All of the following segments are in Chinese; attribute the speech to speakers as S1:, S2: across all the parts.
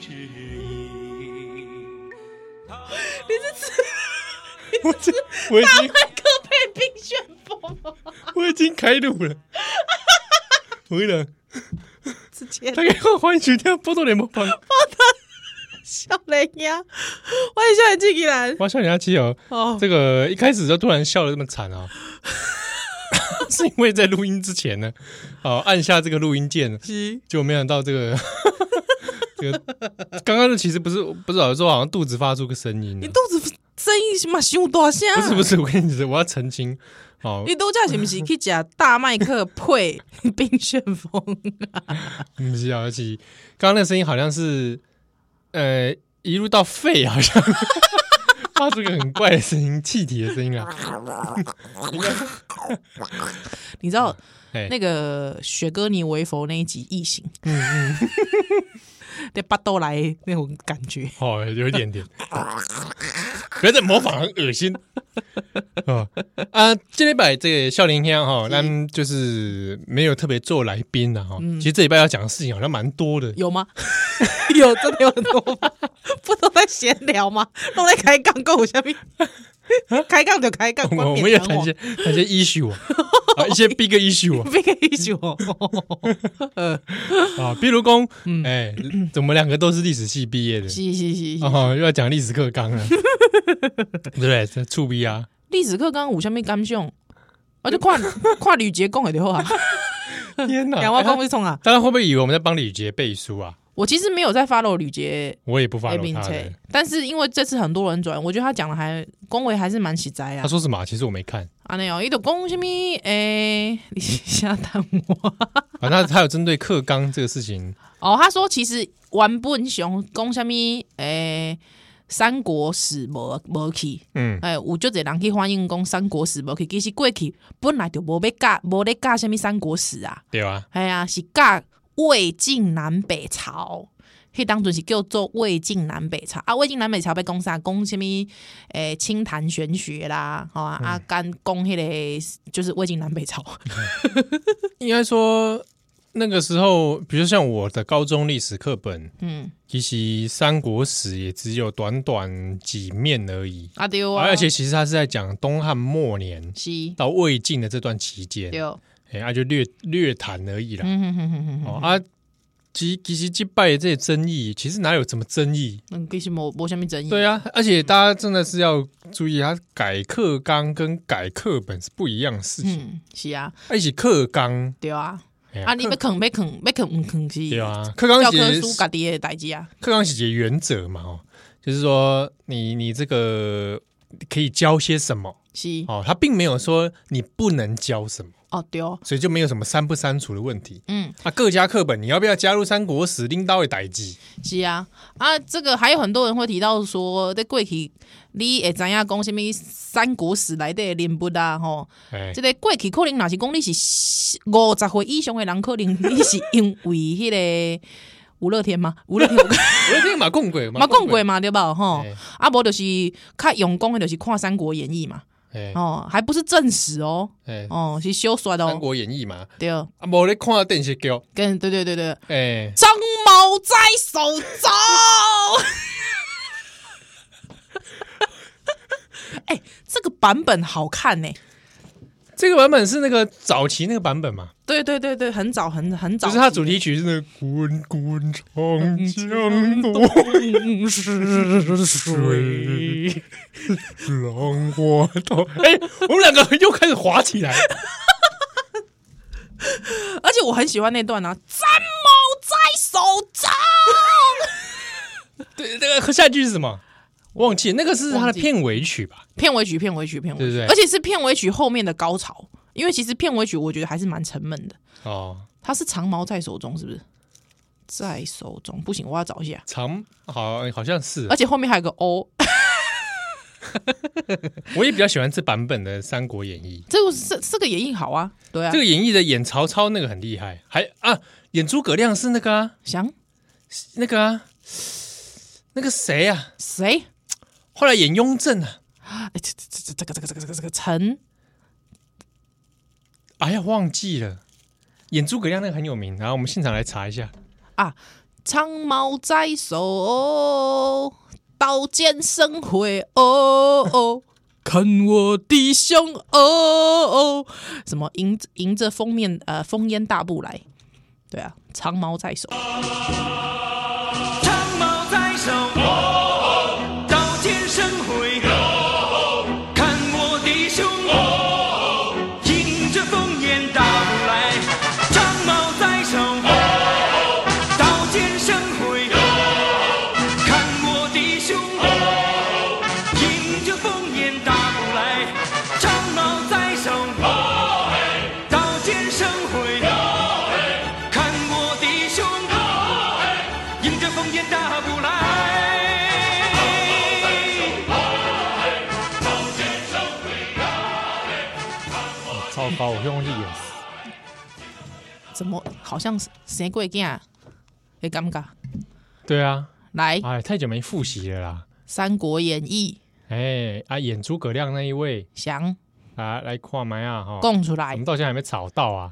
S1: 之意。
S2: 你是吃
S3: 我这我已经
S2: 汉克被冰旋风吗？
S3: 我已经开路了。我跟你讲，
S2: 直接
S3: 大家好，欢迎收听《波多联盟榜》，
S2: 笑人呀！欢迎笑人进怡兰
S3: 我笑你阿七哦。
S2: 哦，
S3: 这个一开始就突然笑的这么惨啊， 是因为在录音之前呢，哦，按下这个录音键，
S2: 鸡
S3: 就没想到这个 这个刚刚的其实不是不是老师说好像肚子发出个声音
S2: 你
S3: 呢，
S2: 肚子声音嘛伤大声，啊
S3: 不是不，是，我跟你说，我要澄清哦，
S2: 你度假是不是去吃大麦克配冰旋风？
S3: 不是啊，而且刚刚那个声音好像是呃一路到肺，好像发出个很怪的声音，气体的声音啊，
S2: 你知道
S3: 哎，
S2: 那个雪哥尼维佛那一集异形，嗯嗯， 对，巴豆来那种感觉，
S3: 哦，有一点点，不要再模仿，很恶心。哦啊，这礼拜这个笑林香哈，那就是没有特别做来宾的哈。其实这礼拜要讲的事情好像蛮多的，
S2: 嗯有吗？ 有真的有很多吗？ 不都在闲聊吗？都在开杠，跟我下面开杠就开杠，
S3: 我
S2: 冠
S3: 啊们我
S2: 冕
S3: 们也
S2: 堂
S3: 谈
S2: 皇
S3: 些谈些 issue 啊，啊一些 big issue 啊
S2: 被个一宿 哦，呃，
S3: 啊，比如讲，哎，我们两个都是历史系毕业的，
S2: 嗯是是是是，
S3: 哦，又要讲历史课 纲了，对不对？这触逼啊！
S2: 历史课刚刚有啥物感想？我啊就 看看吕杰讲的就好啊，
S3: 天哪，
S2: 两 万
S3: 哎
S2: 公是冲啊！
S3: 大家会不会以为我们在帮李杰背书啊？
S2: 我其实没有在 follow 吕杰
S3: 我也不发
S2: A
S3: 了
S2: 并
S3: 他的
S2: 且。，但是因为这次很多人转，我觉得他讲的还恭维还是蛮实在啊
S3: 他。说什么啊？其实我没看。
S2: 啊那哦，伊就讲什么？诶、 你下等我。
S3: 啊，那他有针对克刚这个事 情，
S2: 哦，他说其实原本想讲什么？诶、三国史无无去。
S3: 嗯，
S2: 哎，有就侪人去欢迎讲三国史无去，其实过去本来就无要教，无咧教什物三国史啊，
S3: 对啊，
S2: 哎呀、是教魏晋南北朝。迄当阵是叫做魏晋南北朝啊，魏晋南北朝要讲啥？讲什物诶，清谈玄学啦，吼
S3: 嗯
S2: 啊，啊，干讲迄个就是魏晋南北朝，
S3: 应该说那个时候，比如像我的高中历史课本，
S2: 嗯，
S3: 其实三国史也只有短短几面而已，
S2: 啊对啊，
S3: 而且其实他是在讲东汉末年
S2: 是
S3: 到魏晋的这段期间，
S2: 对，哦
S3: 哎，啊就略略谈而已啦。
S2: 嗯哼哼哼哼哼，
S3: 哦啊，其其实击败这些争议，其实哪有什么争议？
S2: 嗯，其实无无虾米争议，
S3: 对啊，而且大家真的是要注意，它改课纲跟改课本是不一样的事情。
S2: 嗯，是啊，
S3: 啊一起课纲
S2: 对啊，
S3: 哎呀
S2: 啊，你
S3: 课
S2: 要坑要坑要坑毋坑是，
S3: 对啊，课纲
S2: 教科
S3: 写
S2: 书家己的代志啊，
S3: 课纲写原则嘛，哦，就是说你你这个可以教些什么
S2: 是
S3: 哦，他并没有说你不能教什么，
S2: 哦对哦，
S3: 所以就没有什么删不删除的问题。
S2: 嗯，
S3: 啊，各家课本你要不要加入三国史拎刀的代记？
S2: 是啊，啊，这个还有很多人会提到说，在过去你会知影讲什么三国史来的人物啊，吼，
S3: 哎
S2: 这，个过去可能若是讲你是五十岁以上的人，可能你是因为迄、个。 吴乐天嘛，吴乐天有 讲
S3: 我有听马共鬼，
S2: 嘛讲过嘛，对吧？吼
S3: 哎，
S2: 啊，无就是较用功的，就是看《三国演义》嘛，
S3: 哎
S2: 哦，还不是正史哦，
S3: 哎，
S2: 哦，是小说的
S3: 三
S2: 哦，
S3: 国演义嘛，
S2: 对，
S3: 啊，无咧看电视剧，
S2: 跟对对对对，
S3: 哎，
S2: 张某在手 中。哎、这个版本好看呢、
S3: 这个版本是那个早期那个版本嘛，
S2: 对对对对，很早很很早
S3: 就
S2: 期，
S3: 是它主题曲是那个滚滚长江东。
S2: 嗯是水。
S3: 浪花 头，哎、我们两个又开始滑起 来。
S2: 而且我很喜欢那段啊，张某在手中。
S3: 对，那个下一句是什么？忘记那个是它的
S2: 忘记
S3: 片尾曲吧？
S2: 片尾曲，片尾曲，片尾曲，
S3: 对对对
S2: 而且是片尾曲后面的高潮，因为其实片尾曲我觉得还是蛮沉闷的。
S3: 哦，
S2: 它是长毛在手中，是不是？在手中不行，我要找一下。
S3: 长好好像是
S2: 而，且后面还有个 O，哎
S3: 我也比较喜欢这版本的《三国演义
S2: 这个这这个也硬好啊，对》。啊，
S3: 这个演义的演曹操那个很厉害，还啊演诸葛亮是那个啊
S2: 想
S3: 那个啊那个谁啊，
S2: 谁？
S3: 后来演雍正啊，
S2: 哎，这这这这个这个这个这个这个陈
S3: 哎呀忘记了，演诸葛亮那个很有名，然后我们现场来查一下。
S2: 啊，苍毛在手，刀剑生辉哦哦，看我的胸哦哦，什么迎迎着封面呃烽烟大步来，对啊，长矛在手，
S1: 长矛在手，刀剑生辉。看我的胸，迎着烽烟打不来。长矛在手，刀剑生辉。看我的胸，迎着烽烟打不来。长矛在手，刀剑生辉。看我的胸。迎着烽烟大步来。
S3: 哦糟糕，我用力了，
S2: 怎么好像谁过啊？会尴尬。
S3: 对啊，
S2: 来，《
S3: 哎，太久没复习了啦。
S2: 三国演义
S3: 哎啊，演诸葛亮那一位》
S2: 想
S3: 啊，来跨埋啊哈，
S2: 供出
S3: 我
S2: 来
S3: 们，到现在还没找到啊。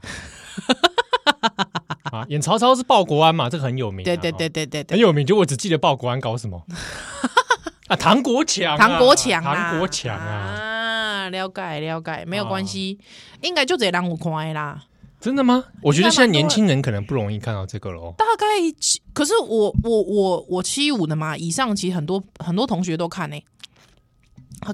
S3: 啊，演曹操是报国安嘛，这个很有名、啊。
S2: 对对对
S3: 哈，
S2: 对对
S3: 很
S2: 对，
S3: 有名。就我只记得报国安搞什么 啊，唐国强啊、
S2: 唐国强啊，
S3: 唐国强啊，
S2: 啊，了解了解，没有
S3: 哦
S2: 关系，应该就这人有看的啦。
S3: 真的吗？我觉得现在
S2: 应该蛮多
S3: 年轻人可能不容易看到这个喽。
S2: 大概七，可是我我我我七五的嘛，以上其实很多很多同学都看呢、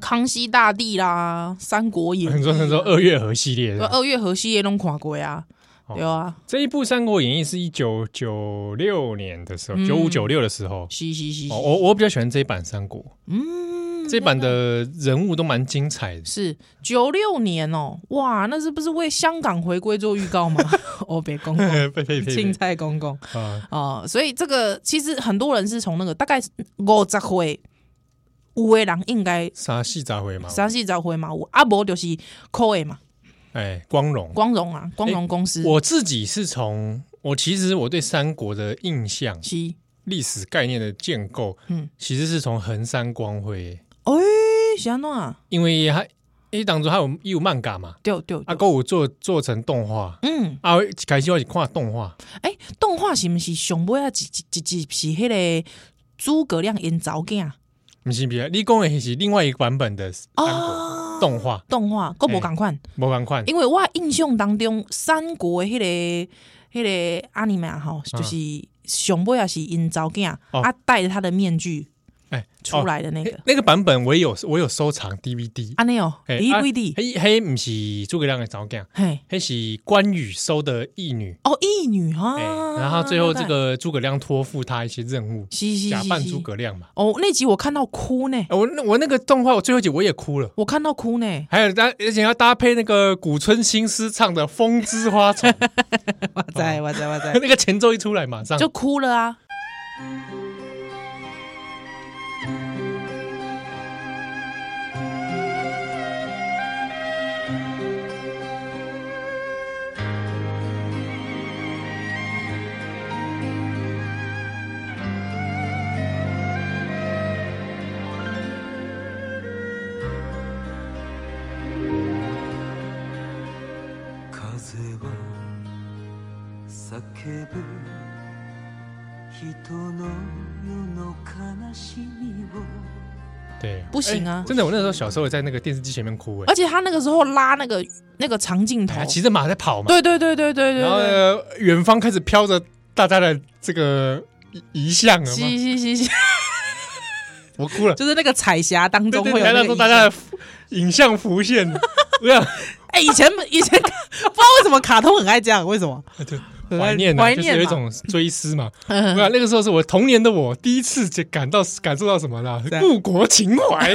S2: 康熙大帝啦，《三国演义》
S3: 很多很多二月河系列是
S2: 对
S3: 吧
S2: 二月河西也拢看过呀、
S3: 哦
S2: 对啊，
S3: 这一部《三国演义》是一九九六年的时候，
S2: 嗯
S3: 九五九六的时候。
S2: 是是是，
S3: 哦，我我比较喜欢这一版《三国》，
S2: 嗯，
S3: 这一版的人物都蛮精彩 的。
S2: 是九六年哦、哇，那是不是为香港回归做预告吗？ 哦，别公 公，
S3: 呸呸呸
S2: 青
S3: 呸！
S2: 菜公公
S3: 啊，
S2: 哦，所以这个其实很多人是从那个大概五十岁，有的人应该
S3: 啥戏咋回嘛？
S2: 三四十岁嘛，有啊无就是靠的嘛，
S3: 哎，光荣。
S2: 光荣啊，光荣公司，
S3: 我自己是从我其实我对三国的印象、
S2: 七，
S3: 历史概念的建构，
S2: 嗯，
S3: 其实是从横山光辉，
S2: 哎，是安怎啊？
S3: 因为他一当中还有有漫画嘛，
S2: 对对
S3: 啊，
S2: 对，
S3: 歌有做做成动画，
S2: 嗯，
S3: 啊，我一开始我是看动画，
S2: 哎，动画是毋是上尾啊？一一一一是迄个诸葛亮演早囝啊？
S3: 不是别，你讲的是另外一个版本的三国
S2: 哦，
S3: 动画，
S2: 动画够无共款，
S3: 无共款，
S2: 因为我印象当中三国的迄、个迄、个阿尼玛吼，就是上尾啊是因早囝、
S3: 哦
S2: 啊，戴着他的面具
S3: 哎，
S2: 出来的那
S3: 哦。
S2: 个，
S3: 嘿那个版本我也有，我有收藏 DVD。
S2: 安尼哦，
S3: 嘿
S2: 你
S3: 啊
S2: 几弟，
S3: 嘿，嘿，不是诸葛亮的早干，
S2: 嘿，
S3: 嘿是关羽收的义女，
S2: 哦，义女哈、
S3: 哎，然后最后这个诸葛亮托付他一些任务，
S2: 哦是是
S3: 假
S2: 是
S3: 扮
S2: 是
S3: 诸葛亮嘛。
S2: 哦，那集我看到哭呢，
S3: 呃我那我那个动画，我最后一集我也哭了。
S2: 我看到哭呢，
S3: 还有搭，而且要搭配那个古村新司唱的《风之花 丛》，
S2: 哇塞
S3: 哦
S2: 哇塞哇 塞，
S3: 那个前奏一出来，马上
S2: 就哭了啊。
S1: 風は叫ぶ人の世の悲しみを
S3: 对，
S2: 不行啊
S3: 哎真的，我那时候小时候也在那个电视机前面哭哎
S2: 而，且他那个时候拉那个那个长镜头
S3: 哎，骑着马在跑嘛，
S2: 对对对对对对
S3: 然后
S2: 对，
S3: 呃远方开始飘着大家的这个遗遗像了
S2: 是
S3: 嘛，
S2: 是是是，
S3: 我哭了，
S2: 就是那个彩霞当
S3: 对
S2: 中
S3: 对
S2: 会有
S3: 对，
S2: 那
S3: 让
S2: 个
S3: 大
S2: 影
S3: 家
S2: 像
S3: 的影像浮 现，我想
S2: 哎、以前以前 不知道为什么卡通很爱这样，为什么？
S3: 对怀念啊，
S2: 怀
S3: 就是
S2: 念嗯
S3: 有一
S2: 嘛
S3: 种追思 嘛，我想那个时候是我童年的我第一次就感到感受到什么啦？
S2: 对
S3: 故国情 怀。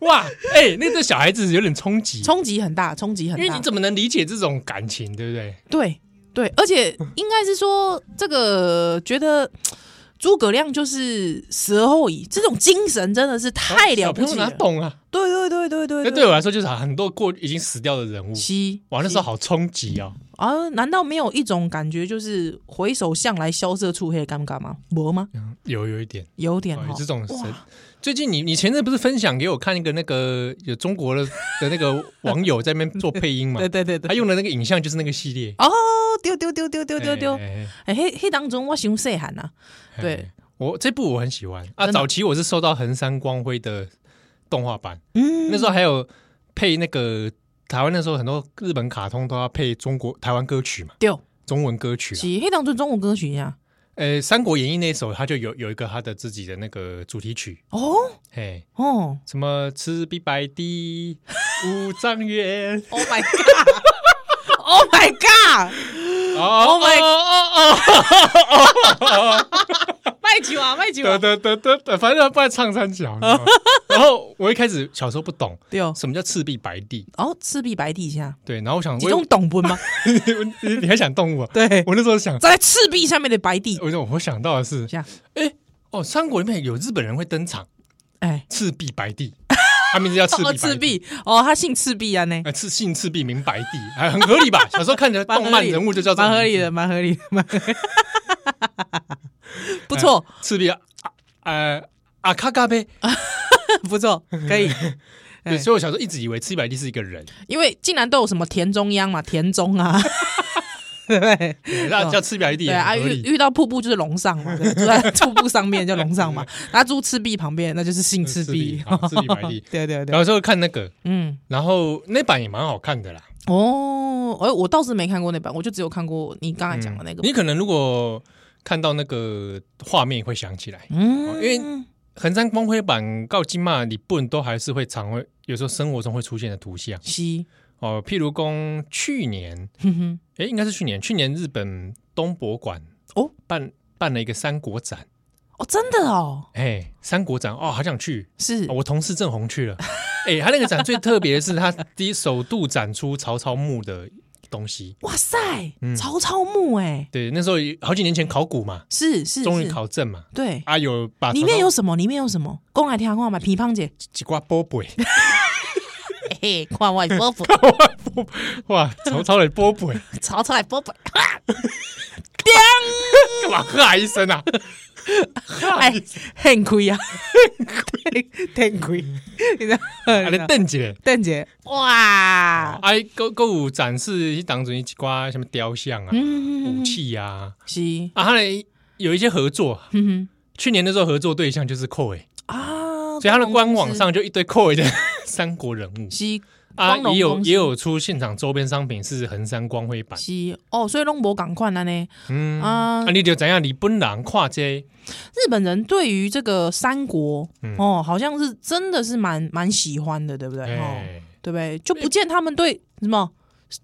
S3: 哇，哎、那对小孩子有点冲击，
S2: 冲击很大，冲击很
S3: 因
S2: 大。
S3: 为你怎么能理解这种感情，对不对？
S2: 对对，而且应该是说这个觉得诸葛亮就是死而后已，这种精神真的是太了不
S3: 小
S2: 起
S3: 朋友
S2: 了
S3: 哪。懂啊？
S2: 对对对对对
S3: 那对我来说就是很多过已经死掉的人物，
S2: 西
S3: 哇，那时候好冲击哦。
S2: 啊，难道没有一种感觉，就是回首向来萧瑟处，黑尴尬吗？没吗？
S3: 有有一点，
S2: 有点
S3: 嗯哦
S2: 哈
S3: 有，这种神
S2: 哇。
S3: 最近你你前阵不是分享给我看一个那个有中国的的那个网友在那边做配音嘛？
S2: 对对对
S3: 他
S2: 对，
S3: 用的那个影像就是那个系列，
S2: 哦，丢丢丢丢丢丢丢
S3: 哎，哎哎
S2: 哎，迄迄当中我想细汉啊，对
S3: 哎，我这部我很喜欢
S2: 真
S3: 啊，
S2: 的
S3: 早期我是收到横山光辉的动画版，嗯，那时候还有配那个台湾那时候很多日本卡通都要配中国台湾歌曲嘛，
S2: 丢
S3: 中文歌曲
S2: 是
S3: 啊。
S2: 迄当中中文歌曲呀，
S3: 呃，《三国演义》那首，它就有有一个它的自己的那个主题曲，
S2: 哦
S3: 嘿，
S2: 哦
S3: 什么赤壁白帝五丈原，
S2: ，Oh my god，Oh my god，
S3: 哦哦
S2: Oh my-
S3: 哦哦，
S2: 卖酒啊卖酒
S3: 得
S2: 啊，
S3: 得得得得，反正不然唱三角。你知道吗然后我一开始小时候不懂
S2: 丢
S3: 什么叫赤壁白帝，
S2: 哦，赤壁白帝下，
S3: 对，然后我想，
S2: 几
S3: 我
S2: 种懂 不吗？
S3: 你你还想动我？
S2: 对，
S3: 我那时候想，
S2: 在赤壁下面的白帝，
S3: 我就我想到的是，
S2: 下，
S3: 哎，哦，三国里面有日本人会登场，
S2: 哎，
S3: 赤壁白帝，他名字叫赤壁
S2: 哦
S3: 白
S2: 赤，壁，哦他姓赤壁啊呢，
S3: 哎，赤姓赤壁名白帝，哎，很合理 吧？小时候看着动漫人物就叫这
S2: 蛮合
S3: 个名字
S2: 理的，，蛮合理的， 蛮合理的不错
S3: 哎，赤壁啊，呃，啊卡卡呗，
S2: 不错，可以。哎哦
S3: 对，所以我小时候一直以为赤壁白帝是一个人，
S2: 因为竟然都有什么田中央嘛，田中啊， 对不对？
S3: 对那叫赤壁白帝也
S2: 对啊，
S3: 很合
S2: 遇
S3: 理。
S2: 遇到瀑布就是龙上 嘛，对住在瀑布上面叫龙上嘛，那住赤壁旁边那就是姓赤壁
S3: 赤壁啊，赤壁白帝
S2: 对对
S3: 然
S2: 对，
S3: 后时候看那个，
S2: 嗯，
S3: 然后那版也蛮好看的啦。
S2: 哦，哎，我倒是没看过那版，我就只有看过你刚才讲哦的那个
S3: 你，可能如果看到那个画面会想起来，
S2: 嗯，
S3: 因为横山光辉版告金嘛，你不能都还是会常会有时候生活中会出现的图像
S2: 西，
S3: 哦，譬如公去年，
S2: 哼哼，
S3: 诶，应该是去年，去年日本东博馆
S2: 哦
S3: 办办了一个三国展，
S2: 哦，真的哦，
S3: 哎，三国展哦，好想去，
S2: 是
S3: 哦我同事郑红去了， 哎，他那个展最特别的是他第一首度展出曹操墓的东西，
S2: 哇塞，
S3: 嗯
S2: 曹操墓哎，
S3: 对，那时候有好几年前考古嘛，
S2: 是是
S3: 终于
S2: 是
S3: 考证嘛，
S2: 对，
S3: 啊，有把
S2: 里面有什么？里面有什么？公来听话嘛，皮胖姐，
S3: 几挂波贝。
S2: 嘿嘿，看我的波波，
S3: 哇，曹操的波波
S2: 曹操的波波，
S3: 干嘛哈一 声啊？
S2: 哎，很亏啊， 很亏，你知道？
S3: 啊，你邓姐，
S2: 邓姐，哇，
S3: 哎，购购物展示一档子一挂什么雕像啊、
S2: 嗯
S3: 武器啊，
S2: 是，
S3: 啊，他嘞有一些合作，
S2: 嗯
S3: 去年的时候合作对象就是寇伟，
S2: 哼啊，
S3: 所以他的官网
S2: 光
S3: 上就一堆寇伟的 三国人物
S2: 荣公司是
S3: 啊，
S2: 光荣
S3: 也有
S2: 公司
S3: 也有出现场周边商品是横山光辉版，
S2: 是哦，所以拢无赶快了呢。
S3: 嗯
S2: 啊
S3: 啊，你就怎样？你本人跨界，
S2: 日本人对于这个三国、
S3: 嗯
S2: 哦，好像是真的是蛮蛮喜欢的，对不对？哦，
S3: 哎，
S2: 对不对？就不见他们对什么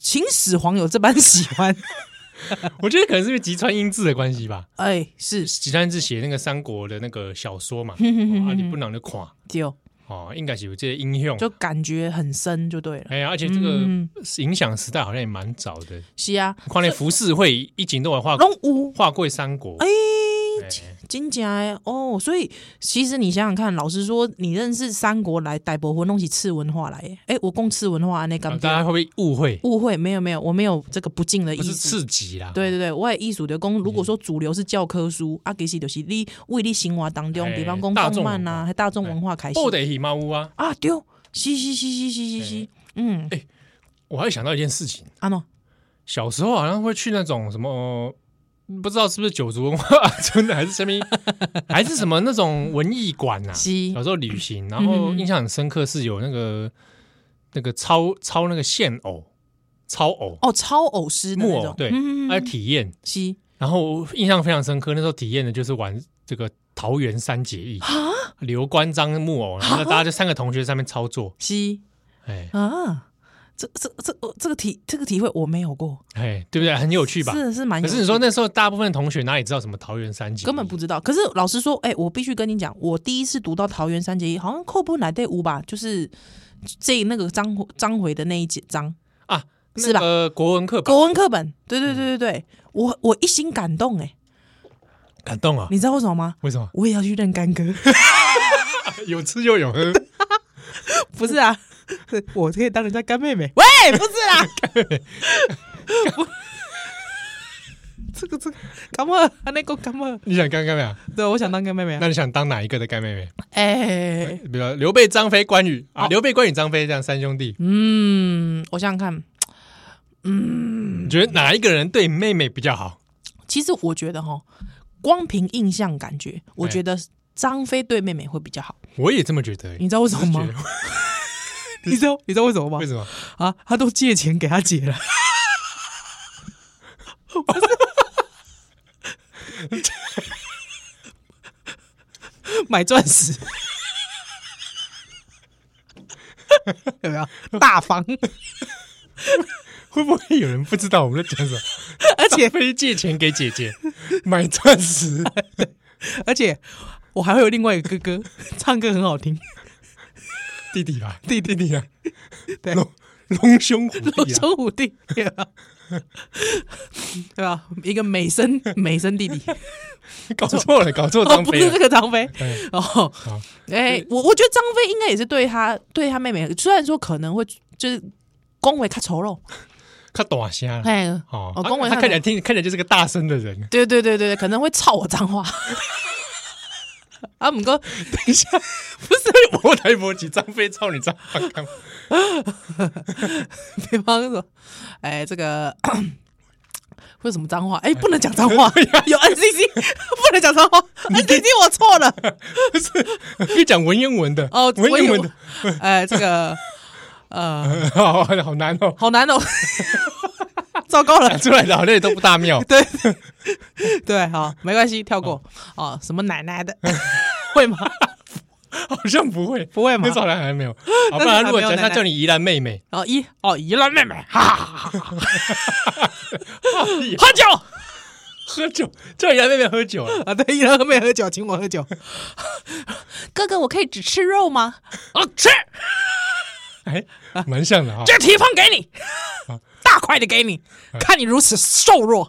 S2: 秦始皇有这般喜欢。
S3: 我觉得可能是因为吉川英治的关系吧。
S2: 哎，是
S3: 吉川英治写那个三国的那个小说 嘛，
S2: 哼哼哼
S3: 哦啊，你不能就跨。
S2: 丢，
S3: 哦，应该是有这些英雄。
S2: 就感觉很深，就对了。
S3: 哎呀，而且这个
S2: 嗯
S3: 影响时代好像也蛮早的，
S2: 是啊，
S3: 看那浮世绘一景都有画
S2: 拢有
S3: 画贵三国。
S2: 哦哎，
S3: 哎
S2: 真假的哦，所以其实你想想看，老实说，你认识三国来大部分拢是次文化来的。哎、我讲次文化那
S3: 啊
S2: 感
S3: 大家会
S2: 觉
S3: 不会误会？
S2: 误会，没有没有，我没有这个不敬的意
S3: 不是
S2: 思。
S3: 次级啦，哦
S2: 对对对，我也艺术的讲，如果
S3: 嗯
S2: 说主流是教科书，啊，其实就是你为你生活当中，
S3: 哎
S2: 比方讲
S3: 大
S2: 动
S3: 众
S2: 漫呐、
S3: 文化
S2: 还大众文化开始
S3: 不得喜猫屋啊！
S2: 啊，对，是是是是是是是，嗯，
S3: 哎我还想到一件事情，
S2: 阿诺，
S3: 小时候好像会去那种什么。不知道是不是九族文化 村的，还是什么， 还是什么那种文艺馆呐、啊？
S2: 是嗯
S3: 小时候旅行，然后印象很深刻是有那个那个抄抄那个线偶，抄偶
S2: 哦，超偶师的
S3: 木
S2: 那
S3: 偶
S2: 种，
S3: 对
S2: 嗯，，
S3: 来体验。
S2: 是
S3: 然后印象非常深刻，那时候体验的就是玩这个桃园三结义，
S2: 啊
S3: 刘关张木偶，然后大家就三个同学在上面操作，
S2: 是
S3: 哎
S2: 啊，这这这呃这个体这个体会我没有过。
S3: 哎，对不对？很有趣吧？
S2: 是是蛮有
S3: 可
S2: 趣的。
S3: 是你说那时候大部分同学哪里知道什么桃园三结义？
S2: 根本不知道。可是老实说，哎、我必须跟你讲，我第一次读到桃园三结义，好像寇布乃队五吧，就是这那个章回章回的那一节章
S3: 啊，
S2: 是吧？
S3: 呃，国文课本
S2: 国文课本。嗯对对对对对，我我一心感动哎、
S3: 感动啊？
S2: 你知道为什么吗？
S3: 为什么
S2: 我也要去认干 哥，
S3: 有吃又 有喝？
S2: 不是啊，我可以当人家干妹妹。喂，哎不是啦，不这个这个，干嘛？啊，那个干嘛？
S3: 你想干干妹啊？
S2: 对，我想当干妹妹啊
S3: 那。你想当哪一个的干妹妹？
S2: 哎、
S3: 比如刘
S2: 嗯
S3: 备、张飞、关羽啊，刘备、关羽、张飞这样三兄弟，
S2: 嗯，我想想看，
S3: 你觉得哪一个人对妹妹比较好？
S2: 其实我觉得哈，光凭印象感觉，我觉得张飞对妹妹会比较好。
S3: 我也这么觉得欸。
S2: 你知道为什么
S3: 我是觉
S2: 吗？你知道你知道为什么吗？
S3: 为什么？
S2: 啊，他都借钱给他姐了。 买钻石， 有没有大方？
S3: 会不会有人不知道我们在 讲什么？
S2: 而且
S3: 非借钱给姐姐买钻石，
S2: 而且，我还会有另外一个哥哥，唱歌很好听。
S3: 弟弟 吧，弟弟弟啊，
S2: 对，
S3: 龙龙兄虎
S2: 龙
S3: 弟啊，
S2: 兄虎弟，对吧？对吧？一个美 声美声弟弟，
S3: 搞错了，搞错
S2: 哦，
S3: 张
S2: 不
S3: 飞
S2: 是这
S3: 了。
S2: 个张飞
S3: 哎
S2: 哦，
S3: 好，
S2: 哎、我我觉得张飞应该也是对他对他妹妹，虽然说可能会就是恭维他丑 陋，
S3: 他短瞎了。
S2: 哎、
S3: 哦，
S2: 哦
S3: 他
S2: 恭维
S3: 他
S2: 他
S3: 看起来听看起来就是个大声的人。
S2: 对对对对对，可能会操我脏话。啊，唔过
S3: 等一下，不是 我台伯吉张飞操你张发干嘛？
S2: 哦比方说，哎、这个为什么脏话？哎、不能讲脏话，有 NCC 不能讲脏话，NCC 我错了。
S3: 不是，可以讲文言文的
S2: 哦，
S3: 文
S2: 我
S3: 言
S2: 有
S3: 文的，，
S2: 哎，这个呃，
S3: 嗯好好难哦，
S2: 好难哦，糟糕了
S3: 讲，出来老泪都不大妙。
S2: 对对，好，没关系，跳过哦，什么奶奶的，会吗？
S3: 好像不会，
S2: 不会吗
S3: 那时候好像还没有。好，
S2: 那时候
S3: 不然如果
S2: 还没
S3: 讲
S2: 有
S3: 他
S2: 奶奶
S3: 叫你宜兰妹妹，
S2: 然后一哦，宜兰妹妹，哈哈哈哈哈哈，喝酒
S3: 喝酒叫宜兰妹妹喝酒啊，
S2: 啊，对，宜兰妹妹喝酒，请我喝酒，哥哥，我可以只吃肉吗？啊，吃，
S3: 哎，蛮像的哈。
S2: 这蹄膀给你，
S3: 啊
S2: 大块的给你，
S3: 哎
S2: 看你如此瘦弱，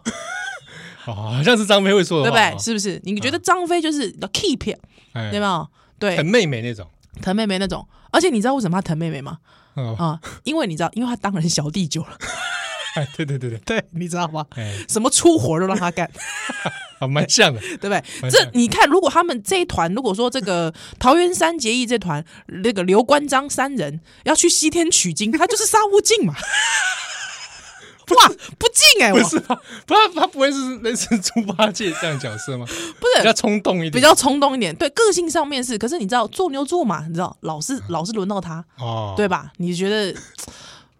S3: 哦，好像是张飞会说
S2: 对
S3: 的
S2: 不
S3: 话哦，
S2: 对？是不是？你觉得张飞就是 the keep，
S3: 哎
S2: 对？吧？对
S3: 很，妹妹那种。
S2: 疼妹妹那种。而且你知道为什么他疼妹妹吗？
S3: 哦，
S2: 啊，因为你知道，因为他当人小弟久了，
S3: 哎，对对对对，
S2: 对，你知道吗？
S3: 哎，
S2: 什么粗活都让他干，
S3: 好，蛮像 的。
S2: 对不对？
S3: 完
S2: 这
S3: 全
S2: 你看，如果他们这一团，如果说这个桃园三结义这团，那个刘关张三人要去西天取经，他就是杀无尽嘛。 哇，不敬哎、我
S3: 不是吧？不，他他不会是类似猪八戒这样的角 色吗？
S2: 不
S3: 比
S2: 是
S3: 较冲动一点，
S2: 比较冲动一点，对个性上面是，可是你知道做牛做马，你知道老是老是轮到他，
S3: 嗯哦，
S2: 对吧？你觉得？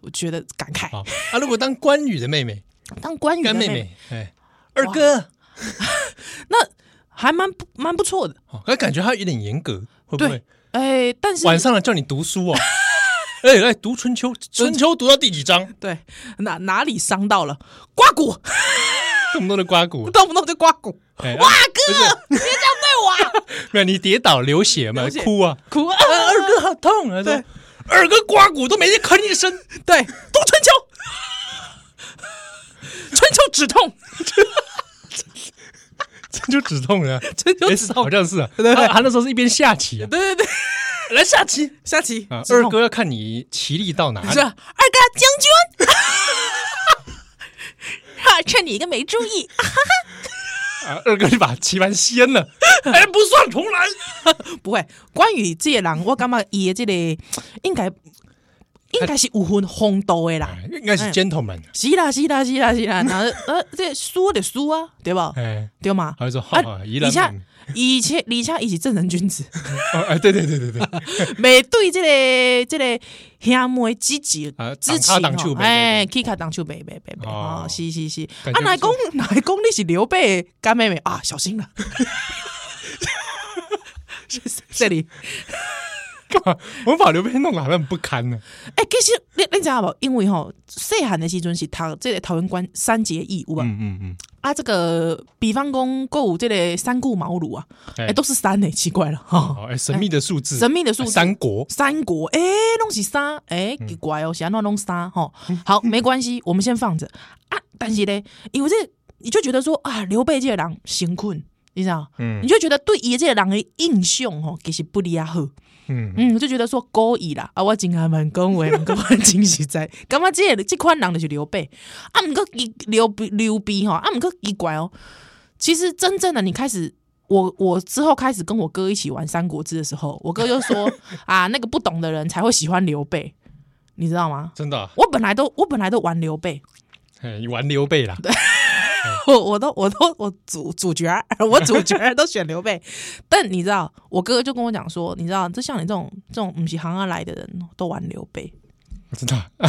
S2: 我觉得感慨，
S3: 好啊，如果当关羽的妹妹，
S2: 当关羽的
S3: 干
S2: 妹
S3: 妹
S2: 妹
S3: 妹，哎，二哥，
S2: 那还蛮不蛮不错的，
S3: 哦，那感觉他有点严格，会不
S2: 对
S3: 会，
S2: 哎，但是
S3: 晚上了叫你读书哦？哎，来读《春秋》，《春秋》读到第几章？
S2: 对哪哪里伤到了，刮骨，
S3: 这么多的刮骨，
S2: 动不动就刮骨，
S3: 哎，啊
S2: 哇哥，别这样对我啊，
S3: 不然你跌倒流血嘛
S2: 流，血
S3: 哭 啊！
S2: 哭啊，
S3: 啊二哥好痛啊！对
S2: 对，
S3: 二哥刮骨都没人吭一声，
S2: 对，读春秋， 春秋止痛，
S3: 这就止痛了啊。
S2: 春秋
S3: 哎
S2: 止
S3: 是
S2: 痛，
S3: 好像是啊，
S2: 对
S3: 他他那时候是一边下棋啊，
S2: 对对对，
S3: 来下棋
S2: 下棋，
S3: 啊，
S2: 止
S3: 二
S2: 痛
S3: 哥要看你棋力到哪里
S2: 是。啊二哥将军。 哈，趁你一个没注意，
S3: 啊，二哥就把棋盘掀了，哎，不算重来。
S2: 不会。关于这个人，我感觉伊的这个应该应该是有分风度的啦
S3: 哎。应该是 gentleman，
S2: 是啦，是啦，是啦，是啦。那呃，这输的输啊，对吧？
S3: 哎，
S2: 对嘛？
S3: 他就说哈哈
S2: 啊，
S3: 宜兰
S2: 而且
S3: 妹
S2: 以前以前伊是正人君子，
S3: 哦哎，对对对对 对，
S2: 没对这个这个兄妹积极
S3: 啊
S2: 支持
S3: 挡他挡手
S2: 哦
S3: 呗
S2: 哎，去卡挡手北北北北
S3: 哦
S2: 哦，是是是，
S3: 感觉
S2: 啊奶
S3: 不
S2: 公
S3: 错
S2: 奶公你是刘备的干妹妹啊， 小心了，这里
S3: 干嘛？我们把刘备弄得好像很不堪呢。
S2: 哎，其实你你知道无？因为吼细汉的时阵是读这个桃园关三结义有无？
S3: 嗯嗯嗯，
S2: 啊，这个比方讲购有这个三顾茅庐啊，
S3: 哎
S2: 哎，都是三呢，奇怪了哈。
S3: 好，哎，神秘的数字，
S2: 神秘的数字
S3: 三国
S2: 三国，哎、弄起三，哎、奇怪哦，想乱弄三哈。好，没关系，我们先放着啊。但是呢，因为这你就觉得说啊，刘备这个人行困，你知道？
S3: 嗯
S2: 你就觉得对爷这个人的印象吼，其实不离啊好。
S3: 嗯，
S2: 嗯，就觉得说故意啦，啊，我真还蛮恭维，蛮我真实在， 感觉这个这款人就是刘备，啊，毋过伊刘备刘备吼，啊，毋过奇怪哦，其实真正的你开始。我我之后开始跟我哥一起玩《三国志》的时候，我哥就说 啊，那个不懂的人才会喜欢刘备，你知道吗？
S3: 真的啊
S2: 我本来都我本来都玩刘备，
S3: 哎，玩刘备啦，
S2: 我我都我都我主主角 儿，我主角儿都选刘备。 但你知道，我哥哥就跟我讲说，你知道，就像你这种这种不是行啊来的人都玩刘备
S3: 我知道。行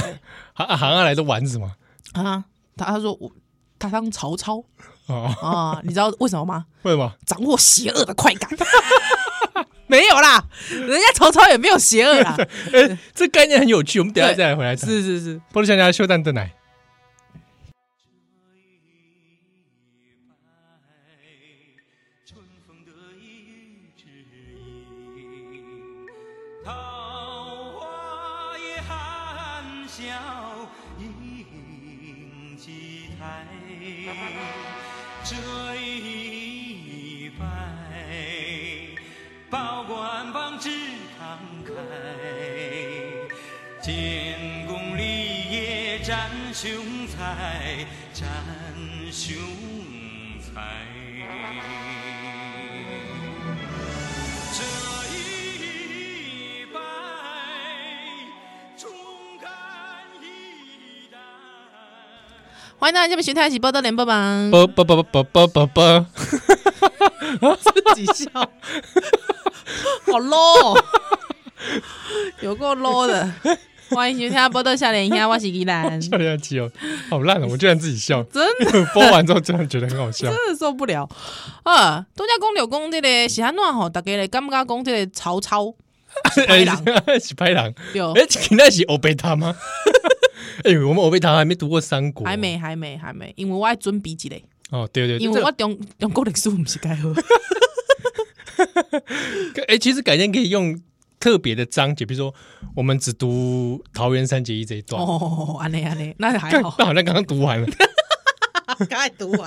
S3: 行啊 啊，来都玩什么？
S2: 啊。他他说我他当曹操
S3: 哦，
S2: 啊，你知道为什么吗？
S3: 为什么？
S2: 掌握邪恶的快感。 没有啦，人家曹操也没有邪恶啦。
S3: 哎，这概念很有趣，我们等一下再来回来讲。
S2: 是是是，
S3: 波多香蕉秀蛋的奶，
S1: 春风得意枝桠，桃花也含笑映几台。这一拜，保管王之慷慨。建功立业展雄才，展雄才。这一拜，重看一代。
S2: 欢迎大家这边徐太喜报道联播榜，
S3: 啵啵啵啵啵啵啵，
S2: 自己笑，好 low，有够 low 的。欢迎徐太报道笑脸兄，我是 依兰，
S3: 笑脸机哦，好烂哦！我居然自己 笑，
S2: 真的。
S3: 播完之后真的觉得很好笑。
S2: 真的受不了啊！都家公柳公这个是安怎吼，大家来感觉讲这个曹操
S3: 哎
S2: 拍狼，哦
S3: 是拍狼。
S2: 对，
S3: 哎，现在是欧贝塔吗？ 哎，我们欧贝塔还没读过三国，
S2: 还没还没还没，因为我爱准备一下，
S3: 哦，对对，
S2: 因为我中中国历史不是该 好，
S3: 这哎，其实改天可以用特别的章节，比如说我们只读桃园三结义这一段。
S2: 哦，安尼安尼，那 还
S3: 干
S2: 好，
S3: 那好像刚刚读完了，
S2: 该读完